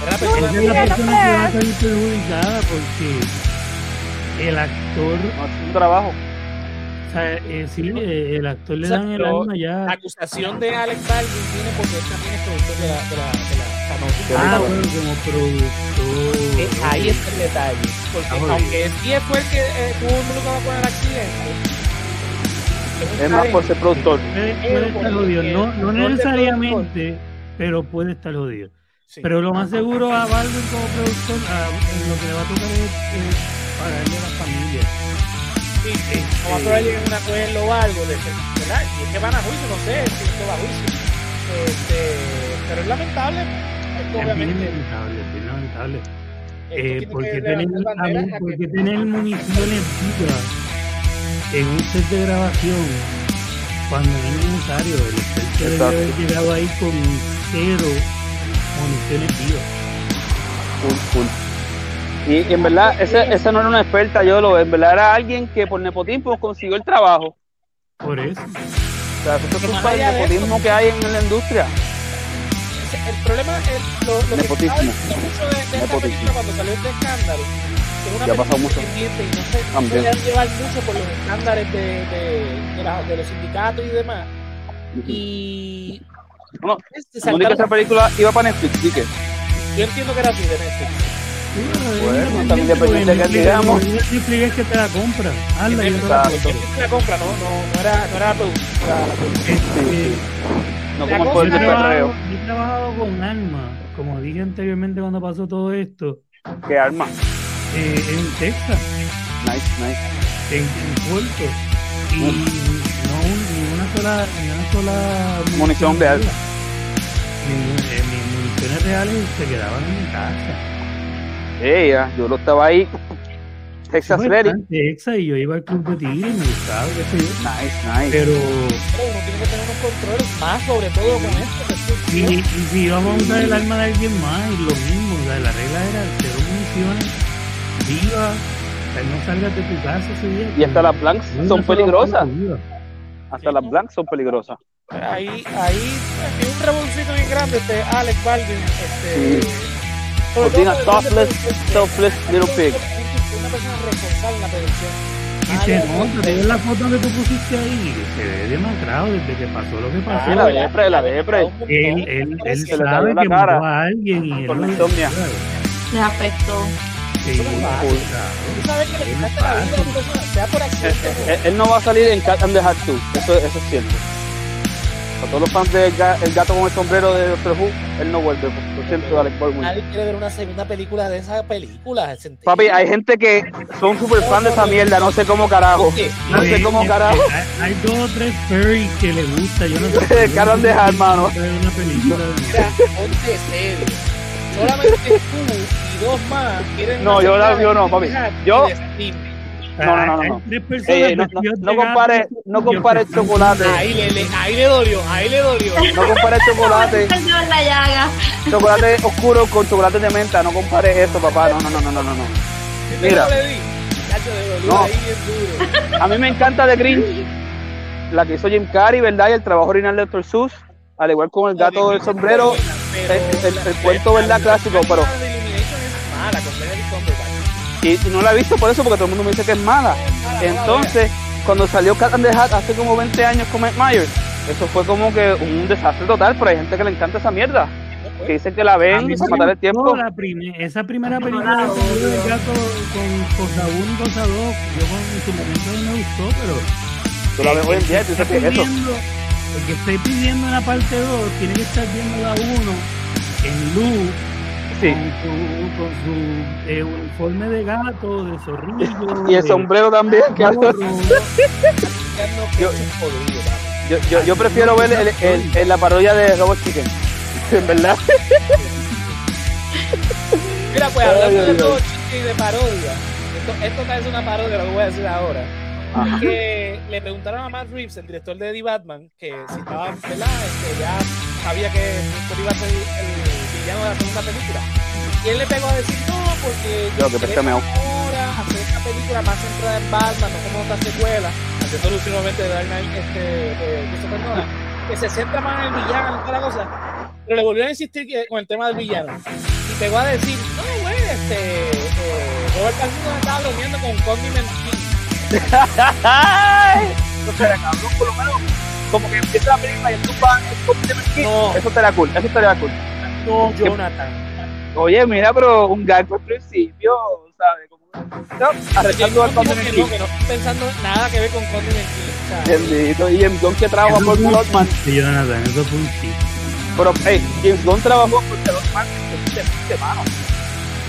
Speaker 1: Era la persona
Speaker 2: Esa es la persona que va a salir perjudicada porque el actor,
Speaker 4: No, es un trabajo.
Speaker 2: o sea, eh, sí, eh, el actor le
Speaker 1: O sea,
Speaker 2: dan el
Speaker 1: pero-
Speaker 2: arma ya.
Speaker 1: La acusación de Alex Baldwin viene porque él también es productor de la... De la, de la- o sea, no,
Speaker 4: Qué
Speaker 2: Ah,
Speaker 4: rico.
Speaker 2: bueno, como
Speaker 1: Eh,
Speaker 2: productor.
Speaker 1: ahí está el detalle. Porque
Speaker 2: Ah, muy
Speaker 1: aunque es 10 fue el que eh, tuvo involucrado con el accidente, es un
Speaker 4: Es más por ser productor.
Speaker 2: Puede, puede estar jodido, no,
Speaker 1: Eh,
Speaker 2: no
Speaker 1: no te
Speaker 2: necesariamente, pero puede estar jodido.
Speaker 1: Sí.
Speaker 2: Pero lo más seguro a Baldwin como productor, a- lo que le va a tocar es, es pagarle a la familia.
Speaker 1: Sí, sí. O va a probar llegar a un acuerdo o algo. De, ¿verdad? Y es que van a juicio, no sé si esto va a juicio. Este, pero es lamentable, esto
Speaker 2: Es bien
Speaker 1: obviamente. esto
Speaker 2: lamentable, es bien lamentable.
Speaker 1: tiene
Speaker 2: Eh,
Speaker 1: que
Speaker 2: porque tener,
Speaker 1: levantar
Speaker 2: a
Speaker 1: banderas
Speaker 2: mí-
Speaker 1: a que-
Speaker 2: porque tener municiones vivas en un set de grabación cuando no es necesario? El experto debe
Speaker 4: Exacto.
Speaker 2: haber llegado ahí con cero municiones vivas.
Speaker 4: Full, full. Y, y en verdad, esa, esa no era una experta, yo lo en verdad era alguien que por nepotismo consiguió el trabajo.
Speaker 2: Por eso.
Speaker 4: O sea, eso es
Speaker 1: Pero más
Speaker 4: culpa del
Speaker 1: allá de
Speaker 4: nepotismo que hay en la industria.
Speaker 1: Ese- El problema es lo, lo que se
Speaker 4: Nepotismo.
Speaker 1: está diciendo mucho de, de esta
Speaker 4: Nepotismo.
Speaker 1: película cuando salió este escándalo. que es una
Speaker 4: Ya ha pasado
Speaker 1: película
Speaker 4: mucho.
Speaker 1: independiente Y no se- no se
Speaker 4: También.
Speaker 1: dejan llevar mucho por los estándares de, de, de la- de los sindicatos y demás. Y.
Speaker 4: No,
Speaker 1: Este,
Speaker 4: La única esa
Speaker 1: saltaron-
Speaker 4: película iba para Netflix, sí que.
Speaker 1: yo entiendo que era así de Netflix.
Speaker 4: Bueno, también depende de que digamos.
Speaker 2: Netflix es que te la compra. Hazla, yo te la
Speaker 4: Exacto.
Speaker 2: compro.
Speaker 1: Netflix la compra, no, no, no era, no era productora.
Speaker 2: Este,
Speaker 4: No
Speaker 1: La
Speaker 4: como el
Speaker 1: cosa
Speaker 4: poder
Speaker 2: yo, he
Speaker 4: del
Speaker 2: trabajado,
Speaker 4: perreo.
Speaker 2: yo he trabajado con Alma, como dije anteriormente cuando pasó todo esto,
Speaker 4: Qué arma.
Speaker 2: eh, en Texas,
Speaker 4: Nice, nice.
Speaker 2: en, en Puerto. Y no, un- ni una sola, ni una sola
Speaker 4: Munición real.
Speaker 2: Ningún- eh, mis municiones reales se quedaban en mi casa.
Speaker 4: Ella, yo lo estaba ahí. Texas
Speaker 2: Yo
Speaker 4: Ready.
Speaker 2: estaba en Texas y yo iba al club de tigre y me gustaba, qué sé yo.
Speaker 4: Nice, nice.
Speaker 2: Pero
Speaker 1: Pero uno tiene que tener unos controles más, sobre todo con esto. que es
Speaker 2: Y,
Speaker 1: ficción.
Speaker 2: y si vamos a usar el arma de alguien más, es lo mismo. O sea, la regla era cero municiones, viva, o sea, no salgas de tu casa ese día.
Speaker 4: Y hasta las blanks
Speaker 2: Una
Speaker 4: son
Speaker 2: sola
Speaker 4: peligrosas.
Speaker 2: bala viva.
Speaker 4: Hasta las blanks son peligrosas.
Speaker 1: Ahí, ahí, tiene un revolucito bien grande este Alex Baldwin. Este, Sobre todo
Speaker 4: Being a
Speaker 1: cuando-
Speaker 4: selfless,
Speaker 1: cuando-
Speaker 4: selfless little pig.
Speaker 1: Una persona responsable en la prevención.
Speaker 2: Y se nota, tú ves la foto que tú pusiste ahí, se ve demacrado desde que pasó lo que pasó.
Speaker 4: Ah, la depre, la depre.
Speaker 2: él él, él
Speaker 4: Se le cayó
Speaker 2: sabe
Speaker 4: la
Speaker 2: que
Speaker 4: cara.
Speaker 2: mató a alguien y él
Speaker 4: Con
Speaker 2: no
Speaker 4: la
Speaker 2: lo
Speaker 4: insomnia.
Speaker 2: sabe.
Speaker 3: Les afectó.
Speaker 2: Sí, Pues,
Speaker 1: Eso no es fácil. Tú sabes que le quitaste la vida a una persona, sea por
Speaker 4: Él,
Speaker 1: accidente. o no.
Speaker 4: él- E, él no va a salir en Cat and the Hat 2, eso, eso es cierto. Para todos los fans del ga- el gato con el sombrero de Doctor Who, él no vuelve, por- lo siento, Alex Baldwin.
Speaker 1: Nadie quiere ver una segunda película de esas películas. ¿se entiende?
Speaker 4: Papi, hay gente que son super fan de esa mierda, no sé cómo carajo.
Speaker 1: Oye,
Speaker 4: No sé
Speaker 2: Sí,
Speaker 4: cómo
Speaker 2: es-
Speaker 4: carajo.
Speaker 2: eh, Hay, hay dos o tres furries que le gusta, yo no sé.
Speaker 4: El cara de Hal, mano.
Speaker 2: Es una película de-
Speaker 1: mira, ponte serio. Solamente tú y dos más quieren.
Speaker 4: No,
Speaker 1: una
Speaker 4: yo la-
Speaker 1: segunda
Speaker 4: yo no, papi.
Speaker 1: película
Speaker 4: Yo-
Speaker 1: de Steam.
Speaker 4: No, no, no, no,
Speaker 2: Hay
Speaker 4: no.
Speaker 2: tres personas
Speaker 4: Eh, no, no,
Speaker 2: vestidas
Speaker 4: no
Speaker 2: de
Speaker 4: compare,
Speaker 2: gato.
Speaker 4: no compare el chocolate,
Speaker 1: Ahí le, le- ahí le dolió, ahí le dolió.
Speaker 4: no compare el chocolate,
Speaker 3: Perdió en la llaga.
Speaker 4: chocolate oscuro con chocolate de menta, no compare eso, papá, no, no, no, no, no, no. no.
Speaker 1: ¿Viste
Speaker 4: Mira.
Speaker 1: cómo le di? Chacho, le dolió
Speaker 4: No.
Speaker 1: ahí bien duro.
Speaker 4: A mí me encanta The Grinch, la que hizo Jim Carrey, ¿verdad? Y el trabajo original de Dr. Seuss, al igual como el gato del sombrero,
Speaker 1: Pero
Speaker 4: el- el- el
Speaker 1: la-
Speaker 4: cuento, ¿verdad?
Speaker 1: la- la-
Speaker 4: Clásico, pero-
Speaker 1: La de Illumination es mala con Benedict Cumberbatch.
Speaker 4: y, y no la he visto por eso, porque todo el mundo me dice que es mala. Entonces, cuando salió Cat and the Hat hace como 20 años con Mike Myers, eso fue como que un desastre total, pero hay gente que le encanta esa mierda, que dicen que la
Speaker 2: A
Speaker 4: ven
Speaker 2: mí
Speaker 4: ¿eh? para
Speaker 2: me
Speaker 4: matar el
Speaker 2: gustó
Speaker 4: tiempo.
Speaker 2: la prim- esa primera película de Seguro del gato con cosa 1 y cosa 2, yo con en su momento no me gustó, pero.
Speaker 4: Tú la ves hoy en día y tú dices que es eso.
Speaker 2: pidiendo- El que esté pidiendo la parte 2 tiene que estar viendo la 1 en luz
Speaker 4: Sí.
Speaker 2: con su, con su eh, uniforme de gato, de zorrillo.
Speaker 4: Y el
Speaker 2: de-
Speaker 4: sombrero también. que-
Speaker 2: gorro.
Speaker 1: yo,
Speaker 4: Yo- yo, yo, yo prefiero ver el, el- el- la parodia de Robot Chicken. En verdad.
Speaker 1: Mira, pues
Speaker 4: Ay,
Speaker 1: hablando
Speaker 4: Dios
Speaker 1: de
Speaker 4: mío.
Speaker 1: todo chiste y de parodia, esto, esto tal vez es una parodia, lo que voy a decir ahora.
Speaker 4: Ajá.
Speaker 1: Que le preguntaron a Matt Reeves, el director de The Batman, que si estaba, ¿verdad? Este, ya sabía que Michael iba a ser el villano de la segunda película. Y él le pegó a decir, no, porque
Speaker 4: Yo, que pesca meao.
Speaker 1: ahora hacer una película más centrada en Batman, no como otras secuelas, haciendo alusión obviamente de Dark Knight, este, de Christopher Nolan, que se centra más en el villano, en toda la cosa. Pero le volvieron a insistir que- con el tema del villano. Y pegó a decir, no, güey, este, eh, Robert Pattinson se estaba bromeando con Condiment King.
Speaker 4: ¡Ay! No se la cabrón, por lo menos. Como que empieza la película y tú vas, es como te metí.
Speaker 1: No,
Speaker 4: Eso estaría cool, eso estaría cool.
Speaker 1: no, Jonathan.
Speaker 4: Oye, mira, pero un gag por principio, ¿sabes? Como, no, arrechando al
Speaker 1: James Gunn
Speaker 4: cuando
Speaker 1: dijo que no, que no estoy pensando nada que ver con Condiment King. o sea,
Speaker 4: Bendito, y James Gunn que trabaja
Speaker 2: Eso
Speaker 4: por
Speaker 2: fue un
Speaker 4: Rodman.
Speaker 2: chiste, Jonathan, eso fue un chiste.
Speaker 4: Pero, hey, James Gunn trabajó por Rodman, que es de mano.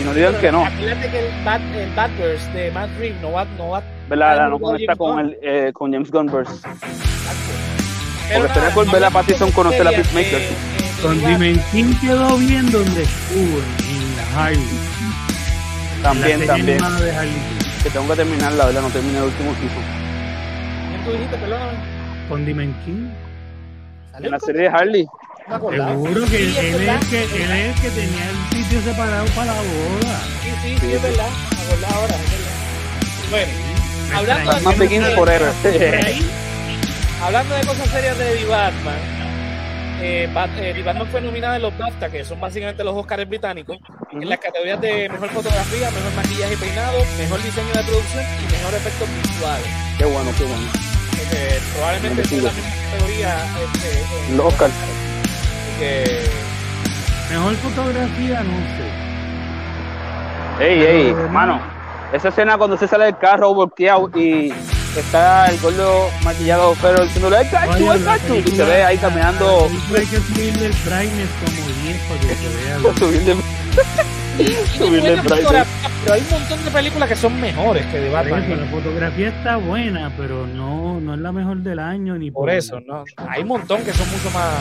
Speaker 4: Y no digan que no,
Speaker 1: Acuérdate que el, Bat, el Batverse de Matt Reeves no va, no va
Speaker 4: ¿verdad?
Speaker 1: Ah,
Speaker 4: No conecta
Speaker 1: James
Speaker 4: con,
Speaker 1: Gunn.
Speaker 4: el, eh, con James Gunnverse.
Speaker 1: Pero
Speaker 4: estaría
Speaker 1: nada,
Speaker 4: cool ver a
Speaker 1: hablando
Speaker 4: Pattinson
Speaker 1: de
Speaker 4: conocer a
Speaker 1: series,
Speaker 4: Peacemaker.
Speaker 1: eh, eh,
Speaker 2: Con
Speaker 1: de Batman,
Speaker 2: Dimension quedó bien donde estuvo, en la Harley.
Speaker 4: También,
Speaker 2: la serie
Speaker 4: también.
Speaker 2: animada de Harley Quinn.
Speaker 4: Que tengo que terminar, la verdad, no terminé el último season.
Speaker 1: ¿quién tú dijiste, perdóname?
Speaker 2: Con Dimension.
Speaker 1: ¿Salió
Speaker 4: En la
Speaker 1: el
Speaker 4: serie de Harley.
Speaker 1: No me acordaba.
Speaker 2: Seguro que este,
Speaker 1: Sí, es
Speaker 2: él,
Speaker 1: verdad,
Speaker 2: es que
Speaker 1: es
Speaker 2: él
Speaker 1: verdad.
Speaker 2: es el que tenía el sitio separado para la boda.
Speaker 1: Sí, sí, sí, es verdad. Me acordaba ahora, es verdad. Bueno,
Speaker 2: Me
Speaker 1: hablando de,
Speaker 2: extraña.
Speaker 4: Batman
Speaker 1: cosas
Speaker 4: Begins
Speaker 1: serias-
Speaker 4: Forever.
Speaker 1: hablando de cosas serias de The Batman, eh, Bat- eh, The Batman fue nominada en los BAFTA, que son básicamente los Oscars británicos, en las categorías de mejor fotografía, mejor maquillaje y peinado, mejor diseño de producción y mejor efectos visuales.
Speaker 4: Qué bueno, qué bueno.
Speaker 1: Porque probablemente es la misma categoría este, eh, en
Speaker 4: Los Oscars.
Speaker 1: Así que
Speaker 2: Mejor fotografía, no sé.
Speaker 4: Ey, ey, hermano. Esa escena cuando se sale del carro volteado y está el gordo maquillado pero diciéndole ¡Ay, cacho, ay,
Speaker 2: Oye, la
Speaker 4: cacho! Y se
Speaker 2: película-
Speaker 4: ve ahí caminando
Speaker 2: la película Hay que subirle el brightness como 10 para que se vea. bien.
Speaker 1: Buena
Speaker 4: subiendo subiendo el brazo.
Speaker 1: fotografía, pero hay un montón de películas que son mejores que The
Speaker 2: Por eso,
Speaker 1: Batman.
Speaker 2: la fotografía está buena, pero no, no es la mejor del año ni
Speaker 1: Por eso, no. Hay un montón que son mucho más.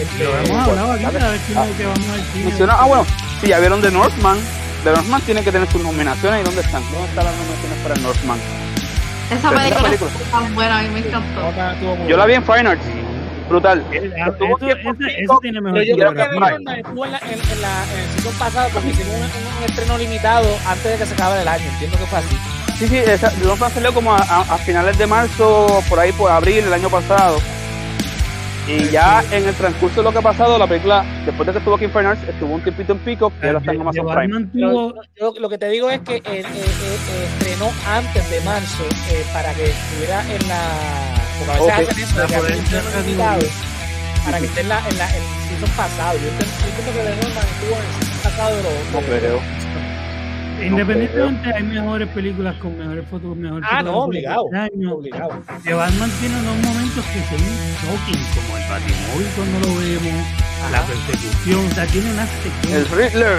Speaker 1: este,
Speaker 2: Lo hemos hablado aquí cada vez que,
Speaker 4: Ah.
Speaker 2: que vamos al cine.
Speaker 4: Menciona- Ah, bueno, si ya vieron de Northman, de Northman tiene que tener sus nominaciones. ¿Y dónde están? ¿Dónde están las nominaciones para el Northman?
Speaker 3: Esa
Speaker 4: Tremenda
Speaker 3: película,
Speaker 4: película.
Speaker 3: es tan buena, a mí me encantó.
Speaker 1: Nota estuvo muy
Speaker 4: Yo la vi
Speaker 1: buena.
Speaker 4: en Fine Arts. Brutal.
Speaker 2: Eh, ah,
Speaker 4: Estuvo
Speaker 2: eso-
Speaker 4: bien
Speaker 2: esa-
Speaker 4: cortito,
Speaker 2: esa tiene mejor
Speaker 1: Pero yo creo que
Speaker 4: Era
Speaker 1: The
Speaker 2: fotografía.
Speaker 4: Prime.
Speaker 1: Batman estuvo en, la, en, en la, en el season pasado porque hicieron un, un- un estreno limitado antes de que se acabara el año. Entiendo que fue así.
Speaker 4: Sí, sí, esa, The Northman salió como a, a- a finales de marzo, por ahí por abril, el año pasado. Y ya en el transcurso de lo que ha pasado, la película, después de que estuvo aquí en Fine estuvo un tiempito en pico y ahora está en Amazon Prime.
Speaker 1: Pero
Speaker 2: tuvo-
Speaker 1: yo- lo que te digo es que eh, eh, eh, eh, estrenó antes de marzo eh, para que estuviera en la. Porque a veces
Speaker 4: Ok.
Speaker 1: hacen eso, de que
Speaker 2: Para poder
Speaker 1: hacen estrenos
Speaker 2: entrar en
Speaker 1: limitados,
Speaker 2: el-
Speaker 1: para que esté en, la, en, la, en el season pasado. Yo entiendo yo entiendo que Lenormand estuvo en el season pasado de los.
Speaker 4: No
Speaker 1: de-
Speaker 4: creo.
Speaker 2: Independientemente, hay mejores películas con mejores fotos, mejor
Speaker 1: Ah, no,
Speaker 2: fotografía,
Speaker 1: obligado.
Speaker 2: diseño.
Speaker 1: Obligado.
Speaker 2: De Batman tiene unos momentos que son shocking, como el Batimóvil cuando lo vemos, la persecución, o sea, tiene unas
Speaker 4: El
Speaker 2: secuencias.
Speaker 4: Riddler.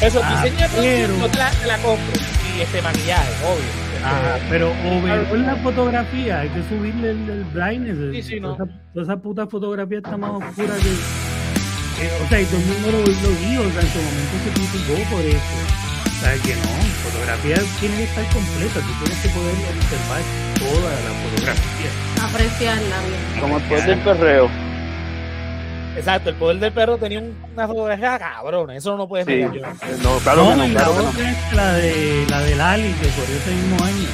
Speaker 1: Eso,
Speaker 2: Ah,
Speaker 1: diseño de producción,
Speaker 2: pero-
Speaker 1: yo te la, te la compro. Y este maquillaje, obvio. Este,
Speaker 2: Ajá, pero overall la fotografía, hay que subirle el, el brightness.
Speaker 1: Sí, sí, no.
Speaker 2: toda, esa, toda esa puta fotografía está más oscura que... que, o sea, y todo el mundo lo, lo vio, o sea, en su momento se criticó por eso. O sea, que no, fotografía tiene que estar completa, tú tienes que poder observar toda la fotografía.
Speaker 3: apreciarla bien.
Speaker 4: Como el poder del perreo.
Speaker 1: Exacto, el poder del perro tenía un- una fotografía cabrón. Eso no lo puedes
Speaker 4: Sí.
Speaker 1: negar yo.
Speaker 4: No, claro que
Speaker 2: no, y
Speaker 4: no,
Speaker 2: la
Speaker 4: claro que no.
Speaker 2: otra es la de la del Ali que corrió ese mismo año.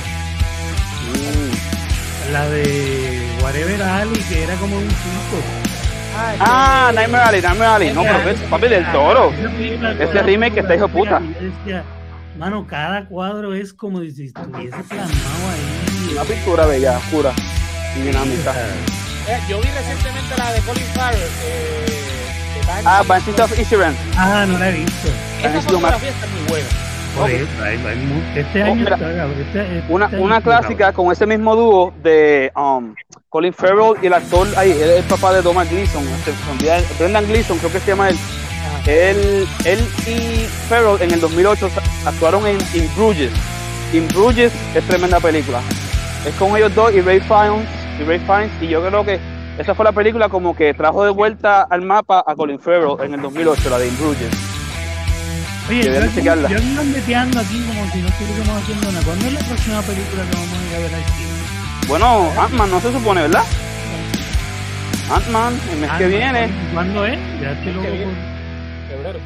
Speaker 4: Mm.
Speaker 2: La de Whatever Ali, que era como un circo.
Speaker 1: Ay,
Speaker 4: Ah,
Speaker 1: yo-
Speaker 4: Nightmare Alley, Nightmare Alley. No, pero ves, papi del toro.
Speaker 2: Esa película
Speaker 4: Ese
Speaker 2: con la
Speaker 4: remake que está hijo de puta.
Speaker 2: fotografía, Mano, cada cuadro es como si estuviese plasmado ahí.
Speaker 4: Una pintura bella, oscura y dinámica.
Speaker 1: Eh, Yo vi recientemente la de Colin Farrell. Eh, de Banshee.
Speaker 4: Ah, Banshees of Inisherin.
Speaker 2: Ah, no la he visto.
Speaker 1: Esa
Speaker 4: Banshee of Mar-
Speaker 1: fotografía está muy buena.
Speaker 2: Por eso, hay- hay mu- este
Speaker 4: Oh,
Speaker 2: año
Speaker 4: mira.
Speaker 2: está cabrón, este- este
Speaker 4: Una,
Speaker 2: año
Speaker 4: una
Speaker 2: está
Speaker 4: clásica con ese mismo dúo de um, Colin Farrell y el actor, ahí, él es el papá de Thomas Gleason, este, Brendan Gleason, creo que se llama él.
Speaker 1: Ah,
Speaker 4: Ah, Él, él y Farrell en el 2008 sa- actuaron en In Bruges. In Bruges es tremenda película. Es con ellos dos y Ray Fiennes. Y, Ray Fiennes, y yo creo que esa fue la película como que trajo de vuelta al mapa a Colin Farrell en el 2008, la de In Bruges.
Speaker 2: Oye,
Speaker 4: Deberían
Speaker 2: yo, yo
Speaker 4: chequearla.
Speaker 2: ando meteando aquí como si no estuviéramos haciendo nada. ¿Cuándo es la próxima película que vamos a ir a ver al cine?
Speaker 4: Bueno, Ant-Man no se supone, ¿verdad? Ant-Man, el mes
Speaker 2: Ah,
Speaker 4: que
Speaker 2: no,
Speaker 4: viene,
Speaker 2: ¿Cuándo es? Ya te lo
Speaker 1: que viene. Febrero.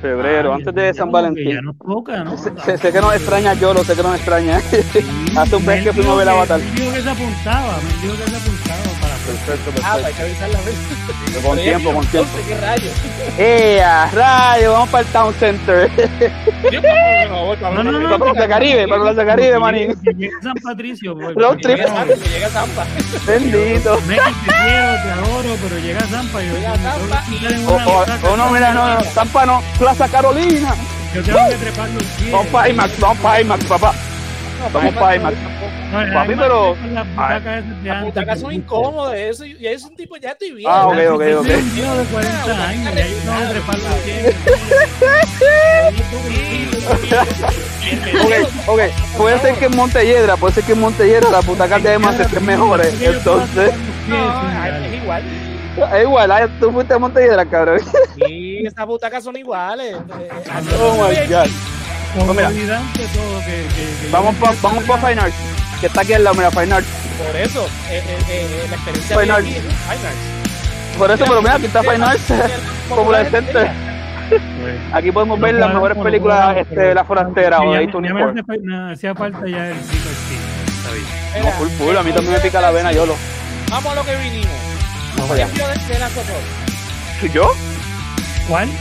Speaker 4: febrero,
Speaker 2: Ah,
Speaker 4: antes
Speaker 2: ya-
Speaker 4: de
Speaker 2: ya
Speaker 4: San
Speaker 2: como que Ya
Speaker 4: Valentín.
Speaker 2: nos toca, ¿no?
Speaker 4: Sé, sé- sé que nos extraña Yolo, sé que nos extraña. hace un mes que fuimos a ver Avatar.
Speaker 2: Me dijo que se apuntaba, me dijo que se apuntaba para
Speaker 4: Perfecto,
Speaker 1: Ah, pues
Speaker 4: perfecto.
Speaker 1: hay que avisar la vez.
Speaker 4: Con
Speaker 1: Pero ya
Speaker 4: tiempo, con
Speaker 1: vieron,
Speaker 4: tiempo.
Speaker 1: entonces, ¿Qué rayos?
Speaker 4: ¡Eh, a rayo! Vamos para el Town Center.
Speaker 1: Yo, por favor, cabrón,
Speaker 2: No, no, no,
Speaker 1: que-
Speaker 4: Para Plaza Caribe, para Plaza Caribe, manín.
Speaker 2: Si llega San Patricio, pues,
Speaker 4: Road
Speaker 2: pues,
Speaker 1: que
Speaker 4: trip.
Speaker 1: llega
Speaker 2: llega,
Speaker 1: Zampa, que llega Zampa.
Speaker 4: Bendito.
Speaker 2: Messi, te quiero, te adoro, pero llega Zampa. Yo,
Speaker 1: Llega
Speaker 2: yo- yo-
Speaker 1: Zampa y-
Speaker 2: yo tengo
Speaker 4: O,
Speaker 2: una
Speaker 4: o-
Speaker 2: bisaca,
Speaker 4: o Oh, no, mira, no, Uh. Zampa no, Plaza Carolina.
Speaker 2: Yo tengo que trepar los pies.
Speaker 4: Vamos para IMAX, vamos para IMAX, papá.
Speaker 1: No,
Speaker 4: Vamos
Speaker 1: no,
Speaker 4: para
Speaker 1: no,
Speaker 4: IMAX.
Speaker 2: No, hay
Speaker 4: Papi,
Speaker 2: más
Speaker 4: pero-
Speaker 2: que con Las butacas esas de
Speaker 1: Las
Speaker 2: antes,
Speaker 1: butacas
Speaker 2: que
Speaker 1: son
Speaker 2: me gustan.
Speaker 1: incómodas, eso, y es un tipo ya estoy bien.
Speaker 4: Ah,
Speaker 2: Ah,
Speaker 4: ok, ok,
Speaker 2: yo
Speaker 4: ok.
Speaker 2: soy un tío de 40 años, ya
Speaker 1: Ah,
Speaker 2: yo tengo que trepar los pies.
Speaker 4: Ok, ok. Puede ser que en Montelledra, puede ser que en Montelledra la puta carta de más estén mejores. eh. Entonces,
Speaker 1: No, ay, es igual.
Speaker 4: es igual, ay, tú fuiste a Montelledra, cabrón.
Speaker 1: Sí, estas butacas son iguales. Eh,
Speaker 4: Oh my God.
Speaker 2: Con
Speaker 4: mira.
Speaker 2: comodidad de todo, que- que- que
Speaker 4: Vamos
Speaker 2: yo-
Speaker 4: para vamos pa Fine Arts, que está aquí al lado, mira, Fine Arts.
Speaker 1: Por eso, eh, eh, eh, la experiencia
Speaker 4: Fine
Speaker 1: VIP
Speaker 4: Arts.
Speaker 1: es Fine Arts.
Speaker 4: Por eso, pero mira, aquí está Fine Arts. Popular Center. Aquí podemos ver las mejores películas este, de La Forastera o de
Speaker 2: Ya me- ya
Speaker 4: A24.
Speaker 2: me hace fa- me hacía falta ya el este. pico aquí. Está bien.
Speaker 4: No, full, full, a mí también me pica la vena, Yolo.
Speaker 1: Vamos a lo que vinimos.
Speaker 2: Vamos
Speaker 1: ¿Qué
Speaker 2: allá.
Speaker 1: vio de, de Last of Us?
Speaker 4: ¿Yo?
Speaker 2: ¿Cuál?
Speaker 1: De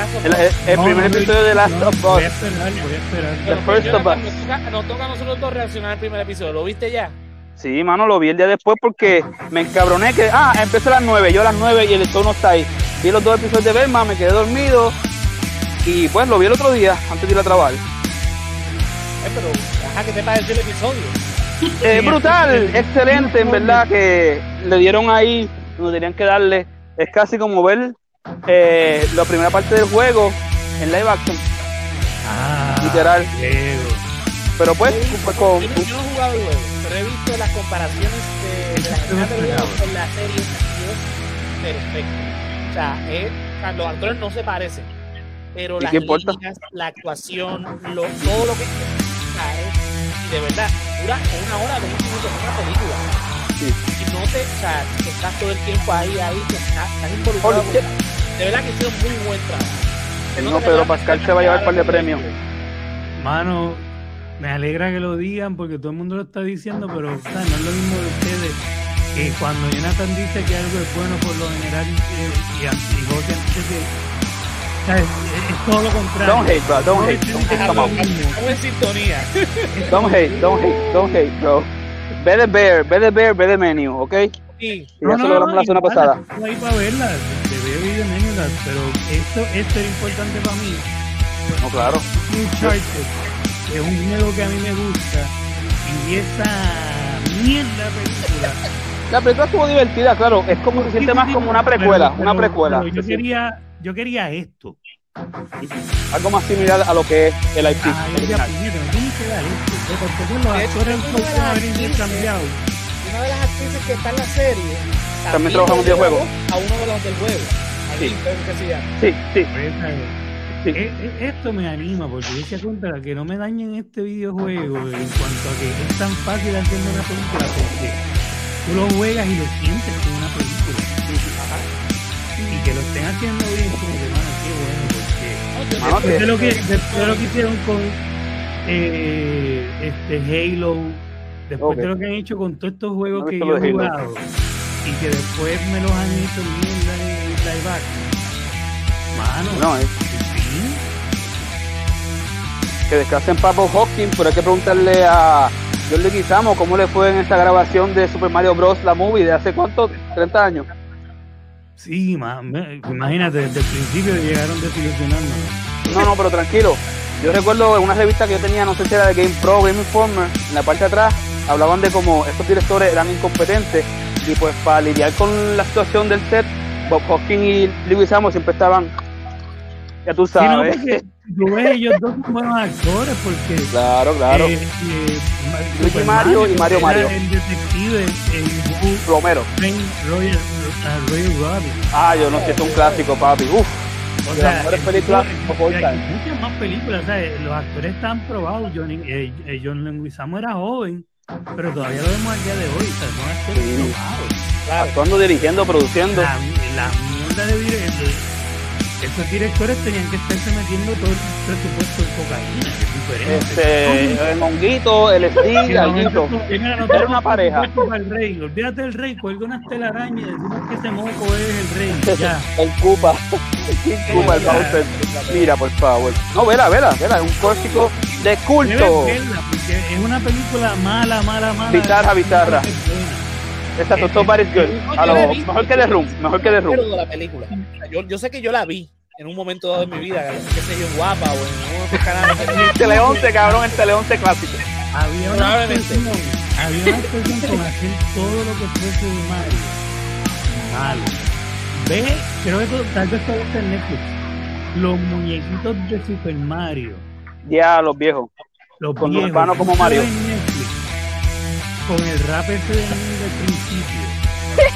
Speaker 1: Last of
Speaker 4: El,
Speaker 1: Us.
Speaker 4: el- el
Speaker 2: No,
Speaker 4: primer
Speaker 2: no,
Speaker 4: episodio de Last
Speaker 2: no,
Speaker 4: of
Speaker 2: Voy a
Speaker 4: Us.
Speaker 2: esperar, voy a esperar.
Speaker 1: Pero
Speaker 4: First of
Speaker 1: Jonathan,
Speaker 4: Us.
Speaker 1: Nos toca, nos toca a nosotros dos reaccionar al primer episodio. ¿Lo viste ya?
Speaker 4: Sí, mano, lo vi el día después porque me encabroné que, ah, empecé a las 9, yo a las 9 y el tono está ahí. Vi los dos episodios de Berma, me quedé dormido y pues lo vi el otro día antes de ir a trabajar.
Speaker 1: Eh, pero, ajá, ¿qué te pareció el episodio?
Speaker 4: Eh,
Speaker 2: Sí,
Speaker 4: brutal,
Speaker 2: este-
Speaker 4: excelente, en verdad que le dieron ahí, no tenían que darle. Es casi como ver eh, la primera parte del juego en live action,
Speaker 2: Ah,
Speaker 4: Literal.
Speaker 2: Diego.
Speaker 4: pero pues, pues, con,
Speaker 1: Yo no, yo no he jugado el juego, pero he visto las comparaciones de, de las escenas del juego con la serie y es perfecto. O sea, es- o sea, los actores no se parecen, pero
Speaker 4: ¿Y
Speaker 1: las
Speaker 4: qué importa?
Speaker 1: líneas, la actuación, lo, todo lo que o sea, es- y de verdad, dura una hora, 20 minutos, es una película.
Speaker 4: Sí.
Speaker 1: Y no te, o sea, estás todo el tiempo ahí, ahí, que estás, estás involucrado.
Speaker 4: Oye,
Speaker 1: con- De verdad que hicieron muy buen trabajo. Se
Speaker 4: No,
Speaker 1: nota que
Speaker 4: Pedro
Speaker 1: la-
Speaker 4: Pascal se va a llevar par de premios.
Speaker 2: Mano, me alegra que lo digan porque todo el mundo lo está diciendo, pero o sea, no es lo mismo de ustedes. que cuando Jonathan dice que algo es bueno por lo general eh, y Antigote dice que o sea, es, es todo lo contrario. este
Speaker 4: Don't hate, bro. Don't hate. Don't hate. Come on.
Speaker 1: Estamos en sintonía.
Speaker 4: Don't hate, don't hate, don't hate, bro. Ve de Bear, ve de Bear, ve de Menu, ¿ok?
Speaker 1: Sí,
Speaker 4: Y ya se lo hablamos la semana
Speaker 2: igual,
Speaker 4: pasada.
Speaker 2: estoy ahí para verlas, te veo video las, pero esto, esto era importante para mí.
Speaker 4: No, claro.
Speaker 2: Uncharted, que es un juego que a mí me gusta, y esa mierda película.
Speaker 4: La película estuvo divertida, claro. Es como se siente más como una precuela,
Speaker 2: Pero-
Speaker 4: una
Speaker 2: pero-
Speaker 4: precuela.
Speaker 2: pero Yo quería, yo quería esto.
Speaker 4: Algo más similar a lo que es el IP.
Speaker 2: Ay, ya,
Speaker 4: original.
Speaker 2: puñeta, no tiene que dar esto. ¿eh? Porque con los
Speaker 1: De hecho,
Speaker 2: actores
Speaker 1: tú
Speaker 2: no pueden
Speaker 1: eras
Speaker 2: haber
Speaker 1: actriz,
Speaker 2: intercambiado.
Speaker 1: Una de las actrices que está en la serie
Speaker 4: También trabaja en un
Speaker 1: le grabó
Speaker 4: videojuego.
Speaker 1: A uno de los del juego. A
Speaker 4: Sí.
Speaker 1: Link, creo que se llama.
Speaker 4: Sí, sí,
Speaker 2: Pues, ¿sabes?
Speaker 4: Sí.
Speaker 2: E- e- Esto me anima porque yo decía contra que no me dañen este videojuego en cuanto a que es tan fácil haciendo una película porque tú lo juegas y lo sientes como una película. Y que lo estén haciendo bien como que van qué bueno porque
Speaker 1: No, yo-
Speaker 4: Mano,
Speaker 2: después
Speaker 4: que-
Speaker 2: de lo que, después de lo que hicieron con eh, este Halo, después
Speaker 4: Ok.
Speaker 2: de lo que han hecho con todos estos juegos
Speaker 4: No he
Speaker 2: que
Speaker 4: visto
Speaker 2: yo
Speaker 4: lo de
Speaker 2: he
Speaker 4: Halo.
Speaker 2: jugado y que después me los han hecho mierda en live action. Mano,
Speaker 4: No, es
Speaker 2: sí,
Speaker 4: que descansen Pablo Hawkins, pero hay que preguntarle a John Leguizamo cómo le fue en esta grabación de Super Mario Bros. la movie de hace cuánto, 30 años.
Speaker 2: sí, ma- me- imagínate, desde el principio llegaron desilusionando.
Speaker 4: No, no, pero tranquilo. Yo recuerdo en una revista que yo tenía, no sé si era de Game Pro, Game Informer, en la parte de atrás hablaban de cómo estos directores eran incompetentes y pues para lidiar con la situación del set, Bob Hawkins y Leguizamo siempre estaban, ya tú
Speaker 2: Sí, no,
Speaker 4: sabes.
Speaker 2: porque tú ves, ellos dos son buenos actores porque
Speaker 4: Claro, claro.
Speaker 2: pues, eh, eh, Ma-
Speaker 4: Ricky
Speaker 2: Super
Speaker 4: Mario y Mario
Speaker 2: era
Speaker 4: Mario.
Speaker 2: El detective, el Who
Speaker 4: Romero.
Speaker 2: Trained Royal, uh, Royal Robin.
Speaker 4: Ah, yo no sé, es un clásico, papi. Uf.
Speaker 2: O
Speaker 4: De las mejores
Speaker 2: el
Speaker 4: películas
Speaker 2: tipo-
Speaker 4: no puedo
Speaker 2: hay
Speaker 4: olvidar.
Speaker 2: muchas más películas, o sea, los actores están probados. Johnny, eh, eh, John Leguizamo era joven, pero todavía lo vemos al día de hoy. O sea, son actores
Speaker 4: Sí.
Speaker 2: probados.
Speaker 1: Claro.
Speaker 4: Actuando, dirigiendo, produciendo.
Speaker 2: La, la mierda de dire- de- Esos directores tenían que estarse metiendo todo el presupuesto en cocaína, que es diferente.
Speaker 4: Este, el monguito, el
Speaker 2: Sí,
Speaker 4: estilo,
Speaker 2: no,
Speaker 4: el guito.
Speaker 2: no, mira, no,
Speaker 4: Era
Speaker 2: no,
Speaker 4: una
Speaker 2: no,
Speaker 4: pareja.
Speaker 2: no, no, El rey. Olvídate del rey, cuelga unas telarañas y decimos que ese moco es el rey. Ya.
Speaker 4: El Cupa. El Cupa, el Bowser. Mira, por favor. No, vela, vela, vela. Es un clásico de culto.
Speaker 2: Debes verla, porque es una película mala, mala, mala.
Speaker 4: Bizarra, bizarra.
Speaker 2: Es buena.
Speaker 4: Exacto,
Speaker 2: Eh,
Speaker 4: Somebody's Good. A lo mejor que The Room, mejor que The
Speaker 1: Yo me
Speaker 4: Room.
Speaker 1: acuerdo de la película. O sea, Yo, yo sé que yo la vi en un momento dado de mi vida, qué sé yo, en guapa o en uno de estos canales. que tenía.
Speaker 4: El Tele 11, Este cabrón, el Tele 11 clásico.
Speaker 2: Había una
Speaker 1: Probablemente.
Speaker 2: obsesión, había una obsesión con hacer todo lo que fuese de Mario. Malo. Ve, creo que tú- tal vez todo está en Netflix. Los muñequitos de Super Mario.
Speaker 4: Ya, los viejos.
Speaker 2: Los
Speaker 4: Con
Speaker 2: viejos,
Speaker 4: Urbano como
Speaker 2: tú
Speaker 4: Mario.
Speaker 2: sabes en Netflix, Con el rap ese del mundo del principio.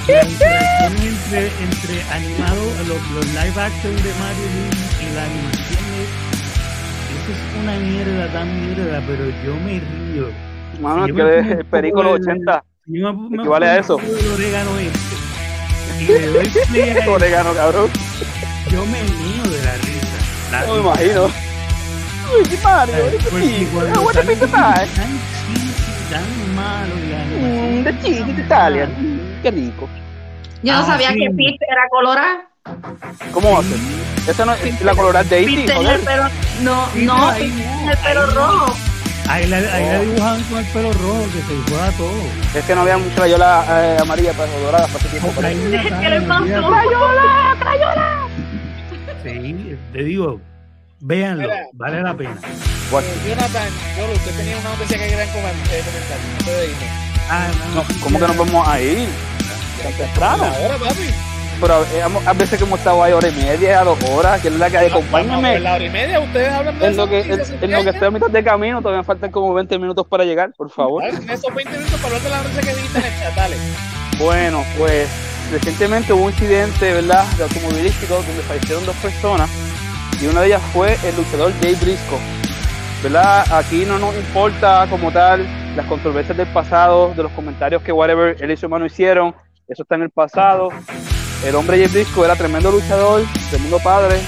Speaker 2: La interacción entre, entre animado, los, los live action de Mario y, y la animación de- Eso es una mierda tan mierda, pero yo me río.
Speaker 4: Mano, es que el perico los 80.
Speaker 2: Yo me, me
Speaker 4: Equivale a eso.
Speaker 2: pongo El orégano este. Y le doy play a él,
Speaker 4: Orégano, cabrón.
Speaker 2: yo me río de la risa. La
Speaker 4: No me imagino. Luigi Mario,
Speaker 2: Eh,
Speaker 4: it's a
Speaker 2: porque
Speaker 4: pig.
Speaker 2: cuando
Speaker 4: Ah, what a
Speaker 2: salen
Speaker 4: pig
Speaker 2: con
Speaker 4: pie.
Speaker 2: tan cheesy, tan malo y la
Speaker 4: eh. Mm,
Speaker 2: animación
Speaker 4: The
Speaker 2: tan
Speaker 4: cheese
Speaker 2: mala.
Speaker 4: Italia. Mm, Qué rico.
Speaker 3: Yo no
Speaker 2: Ah,
Speaker 3: sabía
Speaker 2: sí.
Speaker 3: que Pete era colorada.
Speaker 4: ¿Cómo va a ser? Esa no es la colorada de Haití,
Speaker 3: Pete tenía
Speaker 4: joder.
Speaker 3: el pelo. No,
Speaker 2: Sí,
Speaker 3: no,
Speaker 2: ahí
Speaker 3: Pete
Speaker 2: no,
Speaker 3: tenía el
Speaker 2: ahí
Speaker 3: pelo
Speaker 2: no.
Speaker 3: rojo.
Speaker 2: Ahí la, ahí la
Speaker 4: Oh.
Speaker 2: dibujaban con el pelo rojo que se juega todo.
Speaker 4: Es que no había mucha rayola eh, amarilla para o dorada para ese tiempo. pero-
Speaker 2: Ahí
Speaker 3: Dije
Speaker 2: la
Speaker 3: que le
Speaker 2: saben, olvídate.
Speaker 3: pasó. ¡Crayola! ¡Crayola!
Speaker 2: Sí, te digo, véanlo,
Speaker 1: Mira.
Speaker 2: vale la pena.
Speaker 4: Bueno,
Speaker 1: Eh, Jonathan, Yolo, usted tenía una noticia que querían comen- eh, comentar. Antes de irnos.
Speaker 2: Ah,
Speaker 4: no, ¿Cómo que nos vamos a ir? Tan temprano.
Speaker 1: Ahora, papi.
Speaker 4: Pero a, a- a veces que hemos estado ahí hora y media, dos horas, que es la que hay,
Speaker 1: Vamos por
Speaker 4: acompáñame.
Speaker 1: La hora y media, ustedes hablan de
Speaker 4: En
Speaker 1: eso.
Speaker 4: lo que, en, en lo que estoy a mitad de camino, todavía me faltan como 20 minutos para llegar, por favor.
Speaker 1: En esos 20 minutos para hablar de la noticia que dijiste en el chat, dale.
Speaker 4: Bueno, pues recientemente hubo un incidente, ¿verdad?, de automovilístico donde fallecieron dos personas y una de ellas fue el luchador Jay Brisco. ¿Verdad? Aquí no nos importa como tal las controversias del pasado, de los comentarios que whatever él y su hermano hicieron, eso está en el pasado. El hombre Jay Brisco era tremendo luchador, tremendo padre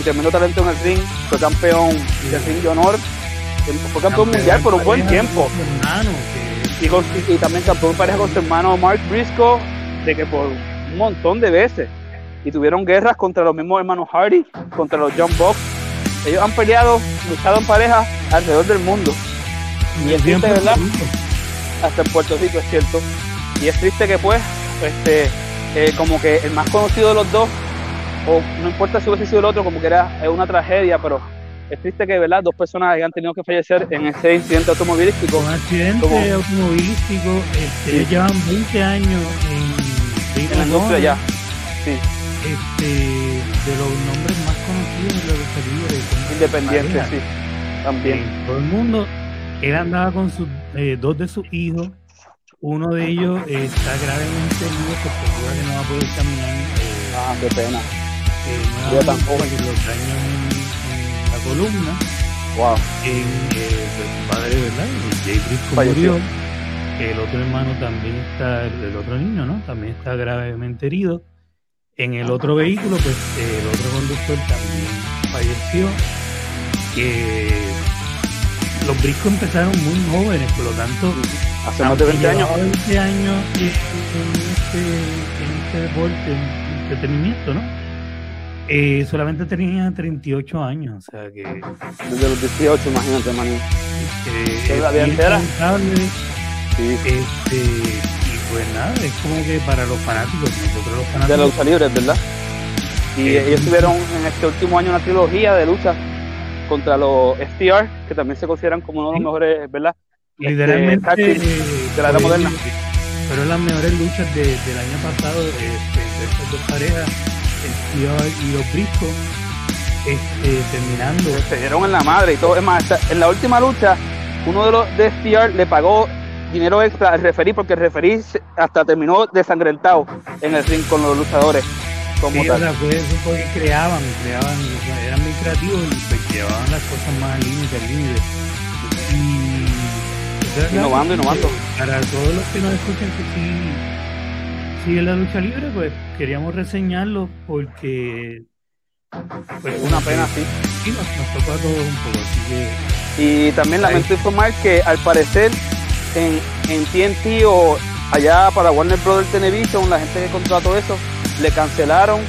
Speaker 4: y tremendo talento en el ring, fue campeón del ring de honor, fue campeón mundial por un buen tiempo.
Speaker 2: Hermano, que
Speaker 4: y, con- y- y también cantó en pareja con su hermano Mark Briscoe, de que por un montón de veces. Y tuvieron guerras contra los mismos hermanos Hardy, contra los John Box. Ellos han peleado, luchado en pareja alrededor del mundo. Y es triste, ¿verdad? Hasta en Puerto Rico, es cierto. Y es triste que pues, este, eh, como que el más conocido de los dos, o no importa si hubiese sido el otro, como que era eh, una tragedia, pero es triste que, ¿verdad? Dos personas hayan tenido que fallecer en este incidente automovilístico.
Speaker 2: Con accidente
Speaker 4: ¿Cómo?
Speaker 2: automovilístico, este,
Speaker 4: Sí.
Speaker 2: ellos llevan 20 años en,
Speaker 4: en la industria ya. Sí,
Speaker 2: Este, de los nombres más conocidos de la lucha libre. como
Speaker 4: independiente,
Speaker 2: María,
Speaker 4: sí. También.
Speaker 2: eh, Todo el mundo, él andaba con sus, eh, dos de sus hijos. Uno de ellos eh, está gravemente herido porque jura que no va a poder caminar. eh,
Speaker 4: Ah, qué pena.
Speaker 2: eh,
Speaker 4: Yo
Speaker 2: nuevamente
Speaker 4: tampoco.
Speaker 2: por Los daños en, en la columna.
Speaker 4: Wow.
Speaker 2: en eh, pues, su padre, ¿verdad? El Jay Briscoe
Speaker 4: Falleció.
Speaker 2: murió. El otro hermano también está, el otro niño, ¿no? También está gravemente herido. En el otro vehículo, pues eh, el otro conductor también falleció. Eh, los Briscoe empezaron muy jóvenes, por lo tanto,
Speaker 4: Hace más de 20 años.
Speaker 2: llevaba 20 años en, en este, en este deporte, en entretenimiento, ¿no? Eh, solamente tenía 38 años, o sea que
Speaker 4: Desde los 18, imagínate, maní.
Speaker 2: eh,
Speaker 4: Todavía
Speaker 2: bien
Speaker 4: entera.
Speaker 2: lamentable,
Speaker 4: Sí.
Speaker 2: este, y pues nada, es como que para los fanáticos, nosotros los
Speaker 4: De la
Speaker 2: fanáticos,
Speaker 4: lucha libre, ¿verdad? Y
Speaker 2: Sí.
Speaker 4: ellos tuvieron en este último año una trilogía de lucha contra los STR, que también se consideran como uno de los
Speaker 2: Sí.
Speaker 4: mejores, ¿verdad?
Speaker 2: literalmente,
Speaker 4: Este, táctil
Speaker 2: eh,
Speaker 4: de la era
Speaker 2: fue-
Speaker 4: moderna.
Speaker 2: fueron las mejores luchas de- del año pasado este, de estas dos parejas, el tío y los briscos, este, terminando.
Speaker 4: Se dieron en la madre y todo. Es más, hasta en la última lucha, uno de los de STR le pagó dinero extra al referí, porque el referí se- hasta terminó desangrentado en el ring con los luchadores. Como
Speaker 2: Sí, o
Speaker 4: tal.
Speaker 2: sea, fue eso porque creaban, creaban, o sea, eran muy creativos y pues llevaban las cosas más al límite, al límite. Y, o sea,
Speaker 4: Innovando, innovando.
Speaker 2: Para todos los que nos escuchan que sí siguen la lucha libre, pues queríamos reseñarlo porque pues
Speaker 4: Es una pena, sí.
Speaker 2: sí, nos, nos tocó a todos un poco, así que
Speaker 4: Y también lamento informar que al parecer en, en TNT o allá para Warner Brothers Television, la gente que contrató eso, le cancelaron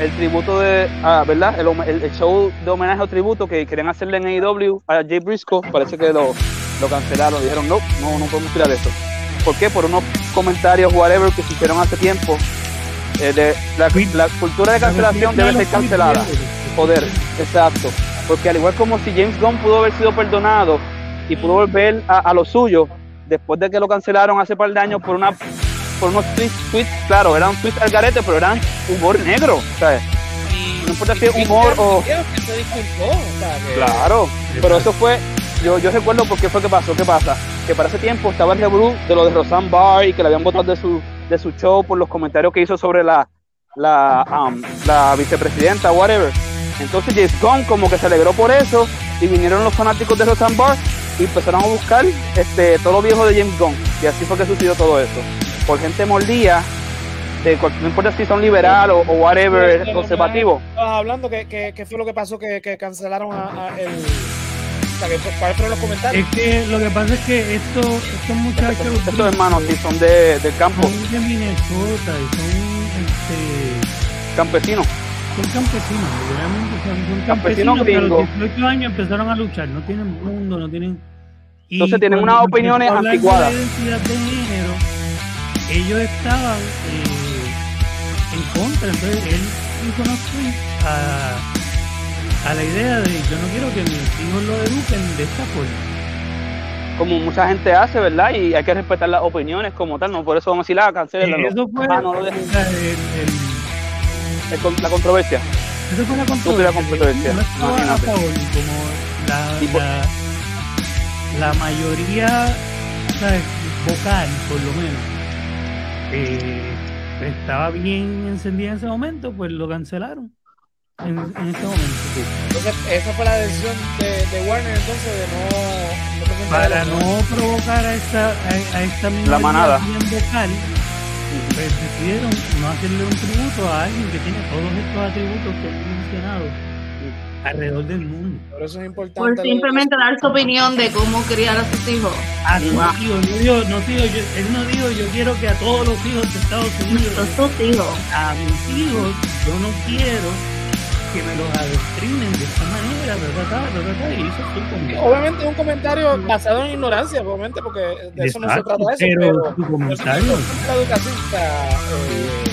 Speaker 4: el tributo de, ah, ¿verdad? El, home- el- el show de homenaje o tributo que querían hacerle en AEW a Jay Briscoe, parece que lo, lo cancelaron, dijeron no, no, no podemos tirar eso. ¿Por qué? Por unos comentarios, whatever, que se hicieron hace tiempo. eh, de, la, la cultura de cancelación debe ser cancelada
Speaker 2: pues,
Speaker 4: poder, exacto. Porque al igual como si James Gunn pudo haber sido perdonado y pudo volver a, a lo suyo, después de que lo cancelaron hace par de años por una por unos tweets, tweets, claro, eran tweets al garete, pero eran humor negro, ¿sabes?
Speaker 1: Y-
Speaker 4: No importa
Speaker 1: y
Speaker 4: si es humor
Speaker 1: Christian-
Speaker 4: o-
Speaker 1: Christian que se disculpó, o sea, que-
Speaker 4: Claro, pero eso fue, yo, yo recuerdo por qué fue que pasó, qué pasa, que para ese tiempo estaba el revolú de lo de Roseanne Barr y que la habían votado de su, de su show por los comentarios que hizo sobre la, la, um, la vicepresidenta, whatever. Entonces James Gunn como que se alegró por eso y vinieron los fanáticos de Roseanne Barr y empezaron a buscar este, todo lo viejo de James Gunn y así fue que sucedió todo eso. Por gente mordida, de, cual- no importa si son liberal o, o whatever, conservativo.
Speaker 1: Estabas hablando que, que, que fue lo que pasó que, que cancelaron a, a el. O sea, que, ¿cuáles fueron los comentarios?
Speaker 2: Es que lo que pasa es que estos, estos muchachos.
Speaker 4: Estos estos hermanos sí son de, del campo,
Speaker 2: Son de Minnesota y son, este,
Speaker 4: campesinos.
Speaker 2: son campesinos, literalmente son, son
Speaker 4: Campesinos
Speaker 2: campesinos. pero a
Speaker 4: gringos.
Speaker 2: los 18 años empezaron a luchar, no tienen mundo, no tienen. y
Speaker 4: Entonces tienen
Speaker 2: cuando
Speaker 4: unas
Speaker 2: empezó
Speaker 4: opiniones
Speaker 2: a hablar de
Speaker 4: anticuadas.
Speaker 2: la identidad de género, ellos estaban eh, en contra, entonces él hizo unos tweets a, a la idea de yo no quiero que mis hijos lo eduquen de esta forma.
Speaker 4: como mucha gente hace, ¿verdad? Y hay que respetar las opiniones como tal, no por eso vamos a decir, ah, cancélalo.
Speaker 2: Eh, eso fue
Speaker 4: Ah, no lo dejen.
Speaker 2: o sea, el- el-
Speaker 4: Es con- la controversia.
Speaker 2: Eso fue la
Speaker 4: Tuve
Speaker 2: controversia.
Speaker 4: la controversia,
Speaker 2: No estaba a
Speaker 4: imagínate.
Speaker 2: favor, y como la,
Speaker 4: Y por-
Speaker 2: la, la mayoría o sea, vocal, por lo menos, eh, estaba bien encendida en ese momento, pues lo cancelaron en, en ese momento.
Speaker 1: Entonces, esa fue la decisión de, de Warner entonces de no, no presentar
Speaker 2: Para
Speaker 1: el-
Speaker 2: no provocar a esta, a, a esta minoría
Speaker 4: manada.
Speaker 2: bien vocal, pues decidieron no hacerle un tributo a alguien que tiene todos estos atributos que he mencionado. alrededor del mundo.
Speaker 1: Por eso es importante.
Speaker 3: Por simplemente dar su opinión de cómo criar a sus hijos.
Speaker 2: Ah, no, digo, no digo, no digo, yo, él no dijo, yo quiero que a todos los hijos de Estados
Speaker 3: Son
Speaker 2: Unidos,
Speaker 3: sus hijos.
Speaker 2: a mis hijos, yo no quiero que me los adoctrinen de esta manera, ta, ta, ta, ta, ta, ta, y hizo su comentario.
Speaker 1: Obviamente es un comentario basado en ignorancia, obviamente, porque de eso no se
Speaker 2: Exacto,
Speaker 1: trata eso.
Speaker 2: pero
Speaker 1: Pero,
Speaker 2: su comentario.
Speaker 1: pero es un educacista. eh,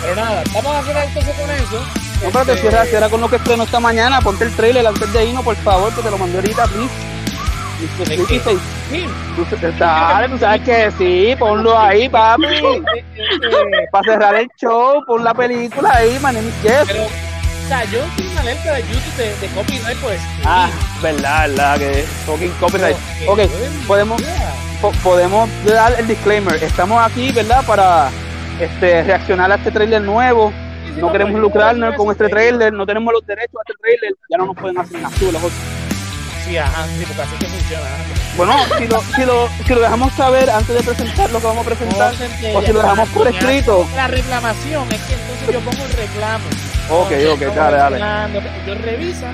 Speaker 1: pero nada, vamos a cerrar entonces con eso.
Speaker 4: No, pero te
Speaker 1: Este,
Speaker 4: cierra, cierra con lo que estrenó esta mañana. Ponte el trailer antes de irnos, por favor, que te lo mandé ahorita, please.
Speaker 1: ¿De
Speaker 4: Please,
Speaker 1: qué?
Speaker 4: please.
Speaker 1: Sí,
Speaker 4: Tú, dale, tú sabes que sí, ponlo ahí, papi.
Speaker 1: eh, eh,
Speaker 4: Para cerrar el show, pon la película ahí, man. name is Jeff.
Speaker 1: pero, o sea, yo tengo una alerta de YouTube de, de copyright, pues.
Speaker 4: Ah, verdad, verdad, que fucking copyright.
Speaker 1: pero
Speaker 4: Ok,
Speaker 1: que no es
Speaker 4: podemos-
Speaker 1: idea.
Speaker 4: po- podemos dar el disclaimer. Estamos aquí, ¿verdad? Para este, reaccionar a este trailer nuevo.
Speaker 1: Sí, sí,
Speaker 4: No queremos
Speaker 1: pero-
Speaker 4: lucrarnos con este trailer, no tenemos los derechos a este trailer, ya no nos pueden hacer nada. Tú, los otros.
Speaker 1: Sí, ajá, sí, porque así es que funciona. ajá.
Speaker 4: Bueno, si lo, si, lo, si lo dejamos saber antes de presentar lo que vamos a presentar,
Speaker 1: Entonces,
Speaker 4: Oh, o si lo
Speaker 1: ya,
Speaker 4: dejamos por
Speaker 1: ya.
Speaker 4: escrito.
Speaker 1: La reclamación es que entonces yo pongo el reclamo.
Speaker 4: Ok,
Speaker 1: Entonces,
Speaker 4: ok,
Speaker 1: yo
Speaker 4: dale, dale.
Speaker 1: reclamo, Yo revisa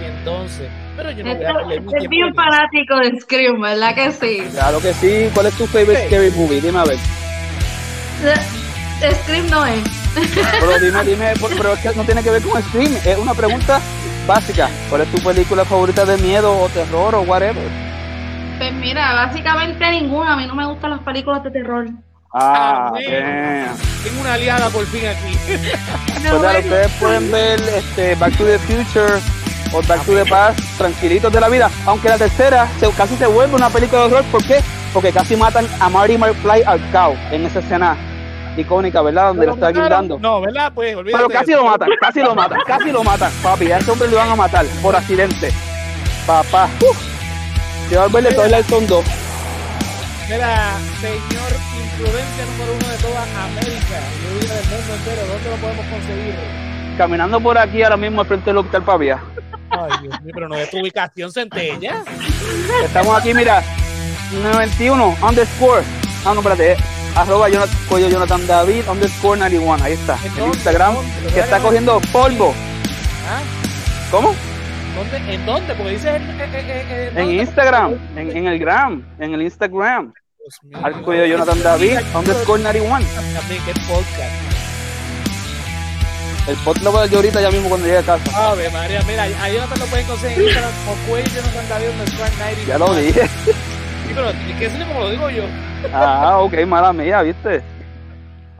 Speaker 1: y entonces. Pero yo no voy a darle mi
Speaker 3: Esto- Es
Speaker 1: tiempo
Speaker 3: bien
Speaker 1: ni-
Speaker 3: fanático de Scream, ¿verdad que sí?
Speaker 4: Claro que sí. ¿Cuál es tu favorite
Speaker 1: Sí.
Speaker 4: scary movie? Dime a ver.
Speaker 3: Eh, Scream no es.
Speaker 4: Pero dime, dime, por- pero es que no tiene que ver con Scream. Es una pregunta básica. ¿Cuál es tu película favorita de miedo o terror o whatever?
Speaker 3: Pues mira, básicamente ninguna. A mí no me gustan las películas de terror.
Speaker 4: Ah,
Speaker 1: Ah, bueno.
Speaker 4: damn.
Speaker 1: Tengo una aliada por fin aquí.
Speaker 4: Pues dale,
Speaker 3: bueno.
Speaker 4: ustedes pueden ver este, Back to the Future o Back to the Past, tranquilitos de la vida. Aunque la tercera se- casi se vuelve una película de horror. ¿Por qué? Porque casi matan a Marty McFly al cow en esa escena icónica, ¿verdad? Donde lo está guindando.
Speaker 1: No, ¿verdad? Pues olvídate.
Speaker 4: Pero casi lo matan, casi lo matan, casi lo matan, papi. A ese hombre lo van a matar por accidente. Papá. uf. Se va a volver de Twilight Zone 2.
Speaker 1: Mira, señor imprudencia número uno de toda América. Yo diría del mundo entero. ¿Dónde lo podemos conseguir?
Speaker 4: Caminando por aquí ahora mismo al frente del hospital Pavia.
Speaker 1: Ay, Dios mío, pero no es tu ubicación centella.
Speaker 4: Estamos aquí, mira, 91 underscore. Ah, no, espérate. eh, Arroba Jonathan, Coyo Jonathan David underscore 91. Ahí está. El
Speaker 1: Entonces,
Speaker 4: Instagram
Speaker 1: ¿dónde?
Speaker 4: que
Speaker 1: ¿Verdad
Speaker 4: está
Speaker 1: que no?
Speaker 4: cogiendo polvo.
Speaker 1: ¿Ah?
Speaker 4: ¿Cómo?
Speaker 1: ¿Dónde? ¿En dónde? Porque dices en, en, en- en-
Speaker 4: En
Speaker 1: ¿dónde?
Speaker 4: Instagram. En, en el gram. En el Instagram.
Speaker 1: Dios mío.
Speaker 4: Al Coyo Jonathan David underscore 91.
Speaker 1: También, qué podcast.
Speaker 4: El podcast lo voy a yo ahorita ya mismo cuando llegue a casa.
Speaker 1: Ave María, mira, a Jonathan lo pueden conseguir en Instagram o Cuello Jonathan David underscore 91.
Speaker 4: Ya lo dije.
Speaker 1: Sí, pero tienes que decirle como lo digo yo.
Speaker 4: Ah, ok, mala mía, viste.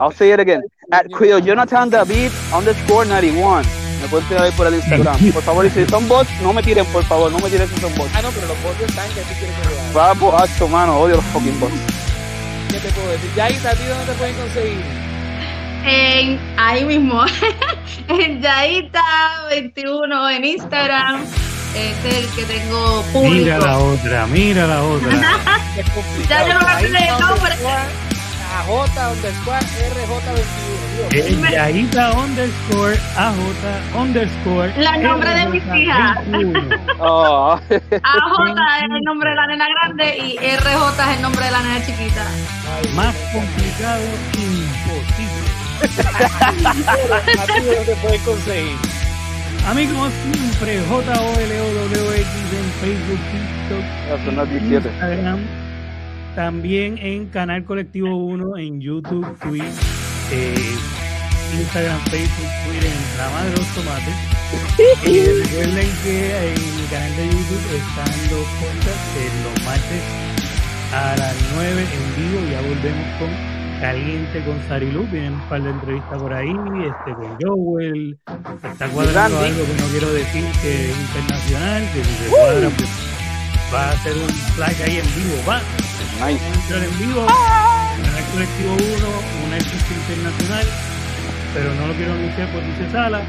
Speaker 4: I'll say it again. At Cuyo Jonathan David underscore 91. Me pueden tirar ahí por el Instagram. Por favor, y si son bots, no me tiren, por favor, no me tiren si son bots.
Speaker 1: Ah, no, pero los bots están que tú quieres que lo haga.
Speaker 4: Bravo, hacho, mano, odio los fucking bots.
Speaker 1: ¿Qué te puedo decir? Ya, Isa, ¿a ti dónde te pueden conseguir?
Speaker 3: En, ahí mismo, en Yaita21, en Instagram, Este es el que tengo
Speaker 2: Mira la
Speaker 3: público.
Speaker 2: otra, mira la otra.
Speaker 1: Es complicado.
Speaker 3: Ya yo no me
Speaker 1: Ahí
Speaker 3: acuerdo
Speaker 1: está
Speaker 3: del nombre.
Speaker 1: underscore, AJ underscore RJ21.
Speaker 4: Eh,
Speaker 1: Dios.
Speaker 2: El Yaita underscore AJ underscore.
Speaker 3: La nombre de mis hijas.
Speaker 2: RJ21.
Speaker 4: Oh,
Speaker 3: AJ es el nombre de la nena grande y RJ es el nombre de la nena chiquita.
Speaker 1: Ay,
Speaker 2: Más
Speaker 1: Dios.
Speaker 2: complicado, imposible.
Speaker 1: ¿A ti dónde te pueden conseguir?
Speaker 2: A mí como siempre, j o l o w x en Facebook,
Speaker 4: eso no es
Speaker 2: TikTok,
Speaker 4: 17.
Speaker 2: Instagram. También en Canal Colectivo 1, en YouTube, Twitch, eh, Instagram, Facebook, Twitter, en la madre de los tomates. Eh, recuerden que en mi canal de YouTube están los podcasts eh, los martes a las 9 en vivo. Ya volvemos con Caliente con Sarilu. Vienen un par de entrevistas por ahí, este con Joel. Está cuadrando
Speaker 4: Randy.
Speaker 2: algo que no quiero decir que es internacional, que si se cuadra, pues, va a hacer un flash ahí en vivo. Va,
Speaker 4: Nice.
Speaker 2: vamos a entrar en vivo. Canal Colectivo 1, un artista internacional, pero no lo quiero anunciar por dice sala.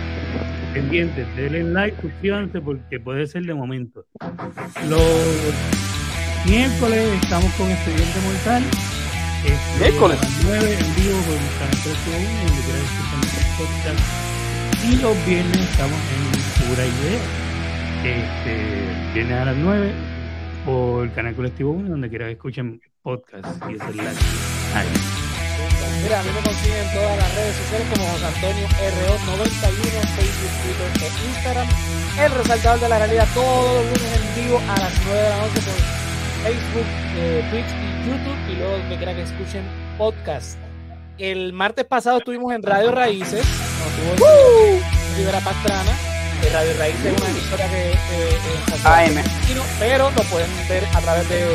Speaker 2: Pendientes, denle like, suscríbanse porque puede ser de momento. Los miércoles estamos con Expediente Mortal. Este,
Speaker 4: Miércoles.
Speaker 2: a las 9 en vivo por Canal Colectivo 1, donde quieran escuchar nuestros podcasts. Y los viernes estamos en Pura Idea. Este, viernes a las 9 por Canal Colectivo 1, donde quieran escuchen podcasts y hacer live. Ahí.
Speaker 1: Mira, a mí me consiguen todas las redes sociales como José Antonio RO91, Facebook, Twitter e Instagram. El resaltador de la realidad todos los lunes en vivo a las 9 de la noche por Facebook, eh, Twitch y YouTube. Y luego me crea que escuchen podcast. El martes pasado estuvimos en Radio Raíces, nos tuvo Rivera Pastrana. Eh, Radio Raíces es una emisora que eh, en San Sebastián
Speaker 4: AM.
Speaker 1: Argentino, pero lo pueden ver a través de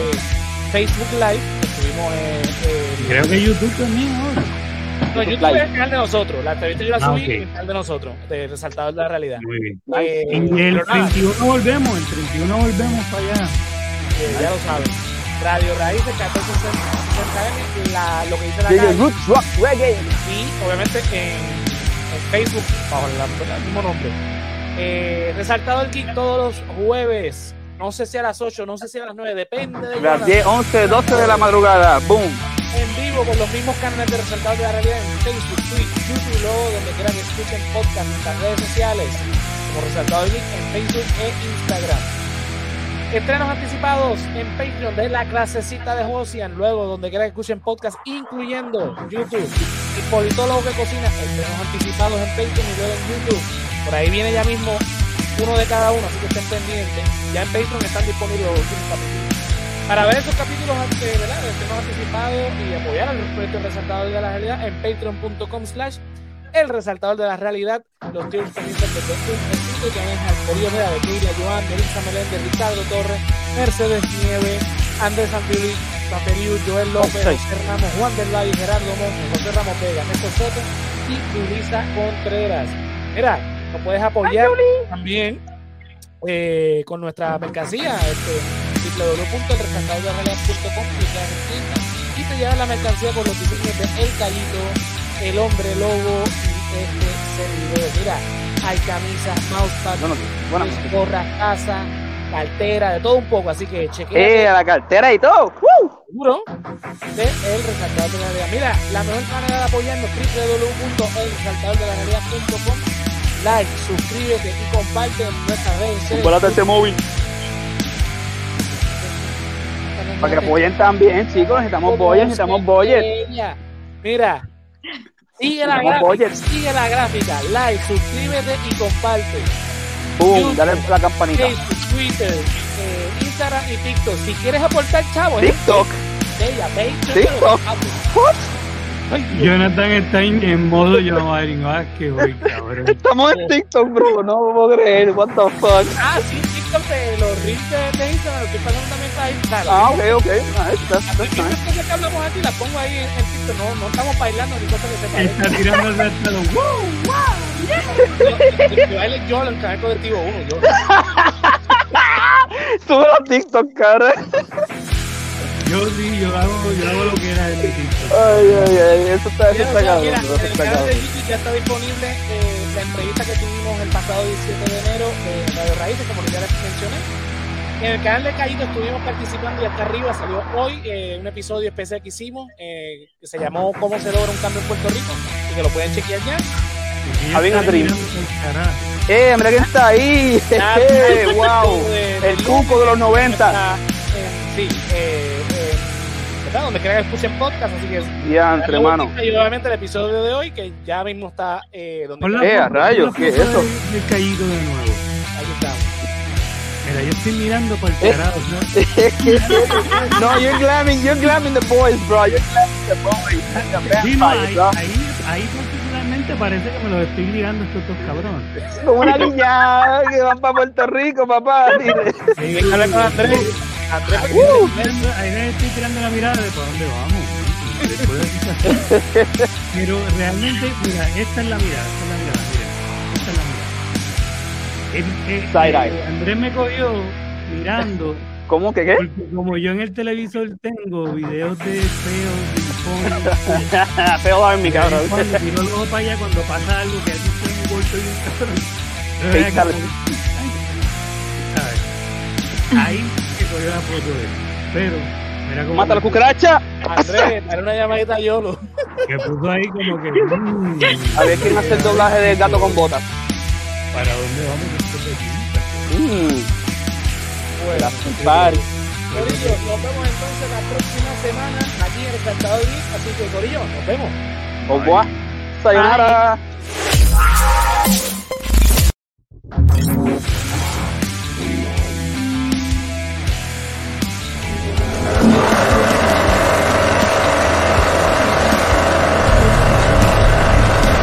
Speaker 1: Facebook Live. Estuvimos en, en-
Speaker 2: Creo que YouTube también ahora.
Speaker 1: no, YouTube
Speaker 4: Live.
Speaker 1: es el canal de nosotros. La entrevista yo la
Speaker 2: Ah,
Speaker 1: subí
Speaker 2: ok.
Speaker 1: en el canal de nosotros, de Resaltados de la Realidad.
Speaker 2: Muy bien.
Speaker 1: Eh,
Speaker 2: En el
Speaker 1: pero nada,
Speaker 2: 31 volvemos, el 31 volvemos para allá.
Speaker 1: eh, ya lo saben. Radio Raíces 1460M, la, lo que dice la
Speaker 4: DJ
Speaker 1: calle.
Speaker 4: Roots Rock Reggae.
Speaker 1: y obviamente en, en Facebook bajo la- el mismo nombre. Eh, resaltado el kick todos los jueves, no sé si a las 8, no sé si a las 9, depende de
Speaker 4: Las
Speaker 1: Jonathan.
Speaker 4: 10, 11, 12 de la madrugada. Boom.
Speaker 1: en vivo con los mismos canales de resultados de la realidad en Facebook, Twitch, YouTube, y luego donde quieran que escuchen podcast en las redes sociales, como Resaltado Geek en Facebook e Instagram. Estrenos anticipados en Patreon de la clasecita de Josian, luego donde quieran que escuchen podcast, incluyendo YouTube. Y Politólogo que cocina, estrenos anticipados en Patreon y luego en YouTube. Por ahí viene ya mismo uno de cada uno, así que estén pendientes. Ya en Patreon están disponibles los últimos capítulos para ver esos capítulos eh, ¿verdad? de temas anticipados y apoyar al proyecto El Resaltador de la Realidad en patreon.com slash El Resaltador de la Realidad los tíos felices de Pestín, el que maneja el Corillo Vera, de Keiria, Joan, Melissa Meléndez, Ricardo Torres, Mercedes Nieve, Andrés Santiuli, Paperiu, Joel López,
Speaker 4: Ok.
Speaker 1: José Ramos, Juan del Valle, Gerardo Monge, José Ramos Vega, Néstor Soto y Julisa Contreras. Mira, nos puedes apoyar también eh, con nuestra mercancía, este, www.elrescatadorderealidad.com y te das en tienda, y te llevas la mercancía con los diseños de El Callito, El Hombre Lobo y este servidor. Mira, hay camisas, mousepads,
Speaker 4: Bueno, bueno.
Speaker 1: gorras, casa, cartera, de todo un poco, así que chequea
Speaker 4: Eh, a la cartera y todo. ¡Woo!
Speaker 1: seguro de El Resaltador de la Realidad. Mira, la mejor manera de apoyarnos www.elresaltadordelarealidad.com Like, suscríbete y comparte en nuestras redes
Speaker 4: Volate este móvil. Para que apoyen también, chicos. Necesitamos boyes, necesitamos boyes.
Speaker 1: Mira, sigue la
Speaker 4: Necesitamos
Speaker 1: gráfica,
Speaker 4: budget.
Speaker 1: sigue la gráfica, like, suscríbete y comparte.
Speaker 4: Boom, dale a la campanita.
Speaker 1: Facebook, Twitter, eh, Instagram y TikTok. Si quieres aportar, chavo, es
Speaker 4: TikTok.
Speaker 1: bella, Facebook,
Speaker 4: TikTok. What?
Speaker 1: Ay, Dios.
Speaker 2: Jonathan está en, en modo John Marin Vázquez hoy, cabrón.
Speaker 4: Estamos en TikTok, bro. No lo puedo creer. What the fuck.
Speaker 1: Ah, sí, TikTok de los reels de, de Instagram, estoy pagando también para Instagram.
Speaker 4: Ah, ok, ok. Nice. That's,
Speaker 1: Las
Speaker 4: that's nice.
Speaker 1: cosas que hablamos aquí las pongo ahí en, en TikTok, no, no estamos bailando ni cosas que se
Speaker 2: Está
Speaker 1: parezcan.
Speaker 2: tirando hasta los wow.
Speaker 1: Yo- yo- Que baile yo en el canal colectivo uno, yo.
Speaker 4: Sube a TikTok, cara.
Speaker 2: Yo sí, yo hago, yo hago lo que era el TikTok.
Speaker 4: Ay, ay, ay. Eso está, eso
Speaker 1: Mira,
Speaker 4: está cabrón.
Speaker 1: mira, en
Speaker 4: bro, Eso
Speaker 1: el
Speaker 4: está
Speaker 1: canal de
Speaker 4: cabrón.
Speaker 1: YouTube ya está disponible eh, la entrevista que tuvimos el pasado 17 de enero eh, de Radio Raíces, como ya les mencioné. En el canal de Caído estuvimos participando y hasta arriba salió hoy eh, un episodio especial que hicimos eh, que se llamó ¿Cómo se logra un cambio en Puerto Rico? y que lo pueden chequear ya.
Speaker 4: Había una dream.
Speaker 2: Carajo.
Speaker 4: Eh, mira quién está ahí.
Speaker 1: Nadie
Speaker 4: Jeje, wow.
Speaker 1: de-
Speaker 4: El cuco de los 90.
Speaker 1: Ah, eh, sí, eh, eh, ¿verdad? Donde quiera que escuchen podcast, así que es
Speaker 4: Ya, entre hermano.
Speaker 1: y obviamente el episodio de hoy que ya mismo está eh, donde
Speaker 2: Hola,
Speaker 1: quiera
Speaker 4: Eh, a rayos, ¿qué es eso?
Speaker 2: Me caído de nuevo.
Speaker 1: que- ahí estamos.
Speaker 2: Mira, yo estoy mirando para el
Speaker 4: Eh.
Speaker 2: carajo, ¿no?
Speaker 4: no, you're glamming, you're glamming the boys, bro. You're glamming the boys. That's the best
Speaker 2: Sí, no,
Speaker 4: part,
Speaker 2: ahí,
Speaker 4: bro.
Speaker 2: ahí, ahí particularmente parece que me los estoy ligando estos dos cabrones.
Speaker 4: Con una niña que van para Puerto Rico, papá. Dile.
Speaker 2: Ahí,
Speaker 1: Hay que hablar con Andrés. Andrés,
Speaker 2: ahí, les estoy tirando- ahí les estoy tirando la mirada de para dónde vamos. ¿no? Después de aquí está. Pero realmente, mira, esta es la mirada, esta es la mirada, mira, esta es la mirada. El- el-
Speaker 4: Side eye. ¿Eh?
Speaker 2: eh, Andrés me cogió mirando
Speaker 4: ¿Cómo que qué?
Speaker 2: Porque como yo en el televisor tengo videos de feos,
Speaker 4: Feo a mi
Speaker 2: cabrón.
Speaker 4: cabrón.
Speaker 2: cuando tiro el ojo para allá cuando pasa algo que hace usted un golpe y un cabrón. Pero
Speaker 4: Ahí
Speaker 2: era
Speaker 4: sale.
Speaker 2: como- Ay, ¿sabes? Ahí se cogió la foto de él. Pero, mira como
Speaker 4: Mata la cucaracha.
Speaker 1: Andrés, dale una llamadita a Yolo.
Speaker 2: que puso ahí como que. mm,
Speaker 4: A ver quién hace el doblaje de gato con botas.
Speaker 2: ¿Para dónde vamos después de aquí?
Speaker 4: Mm,
Speaker 1: Bueno,
Speaker 4: par.
Speaker 1: Corillo, nos vemos entonces la próxima semana aquí en el Saltador Geek. Así que, Corillo, nos vemos.
Speaker 4: Au revoir. Sayonara.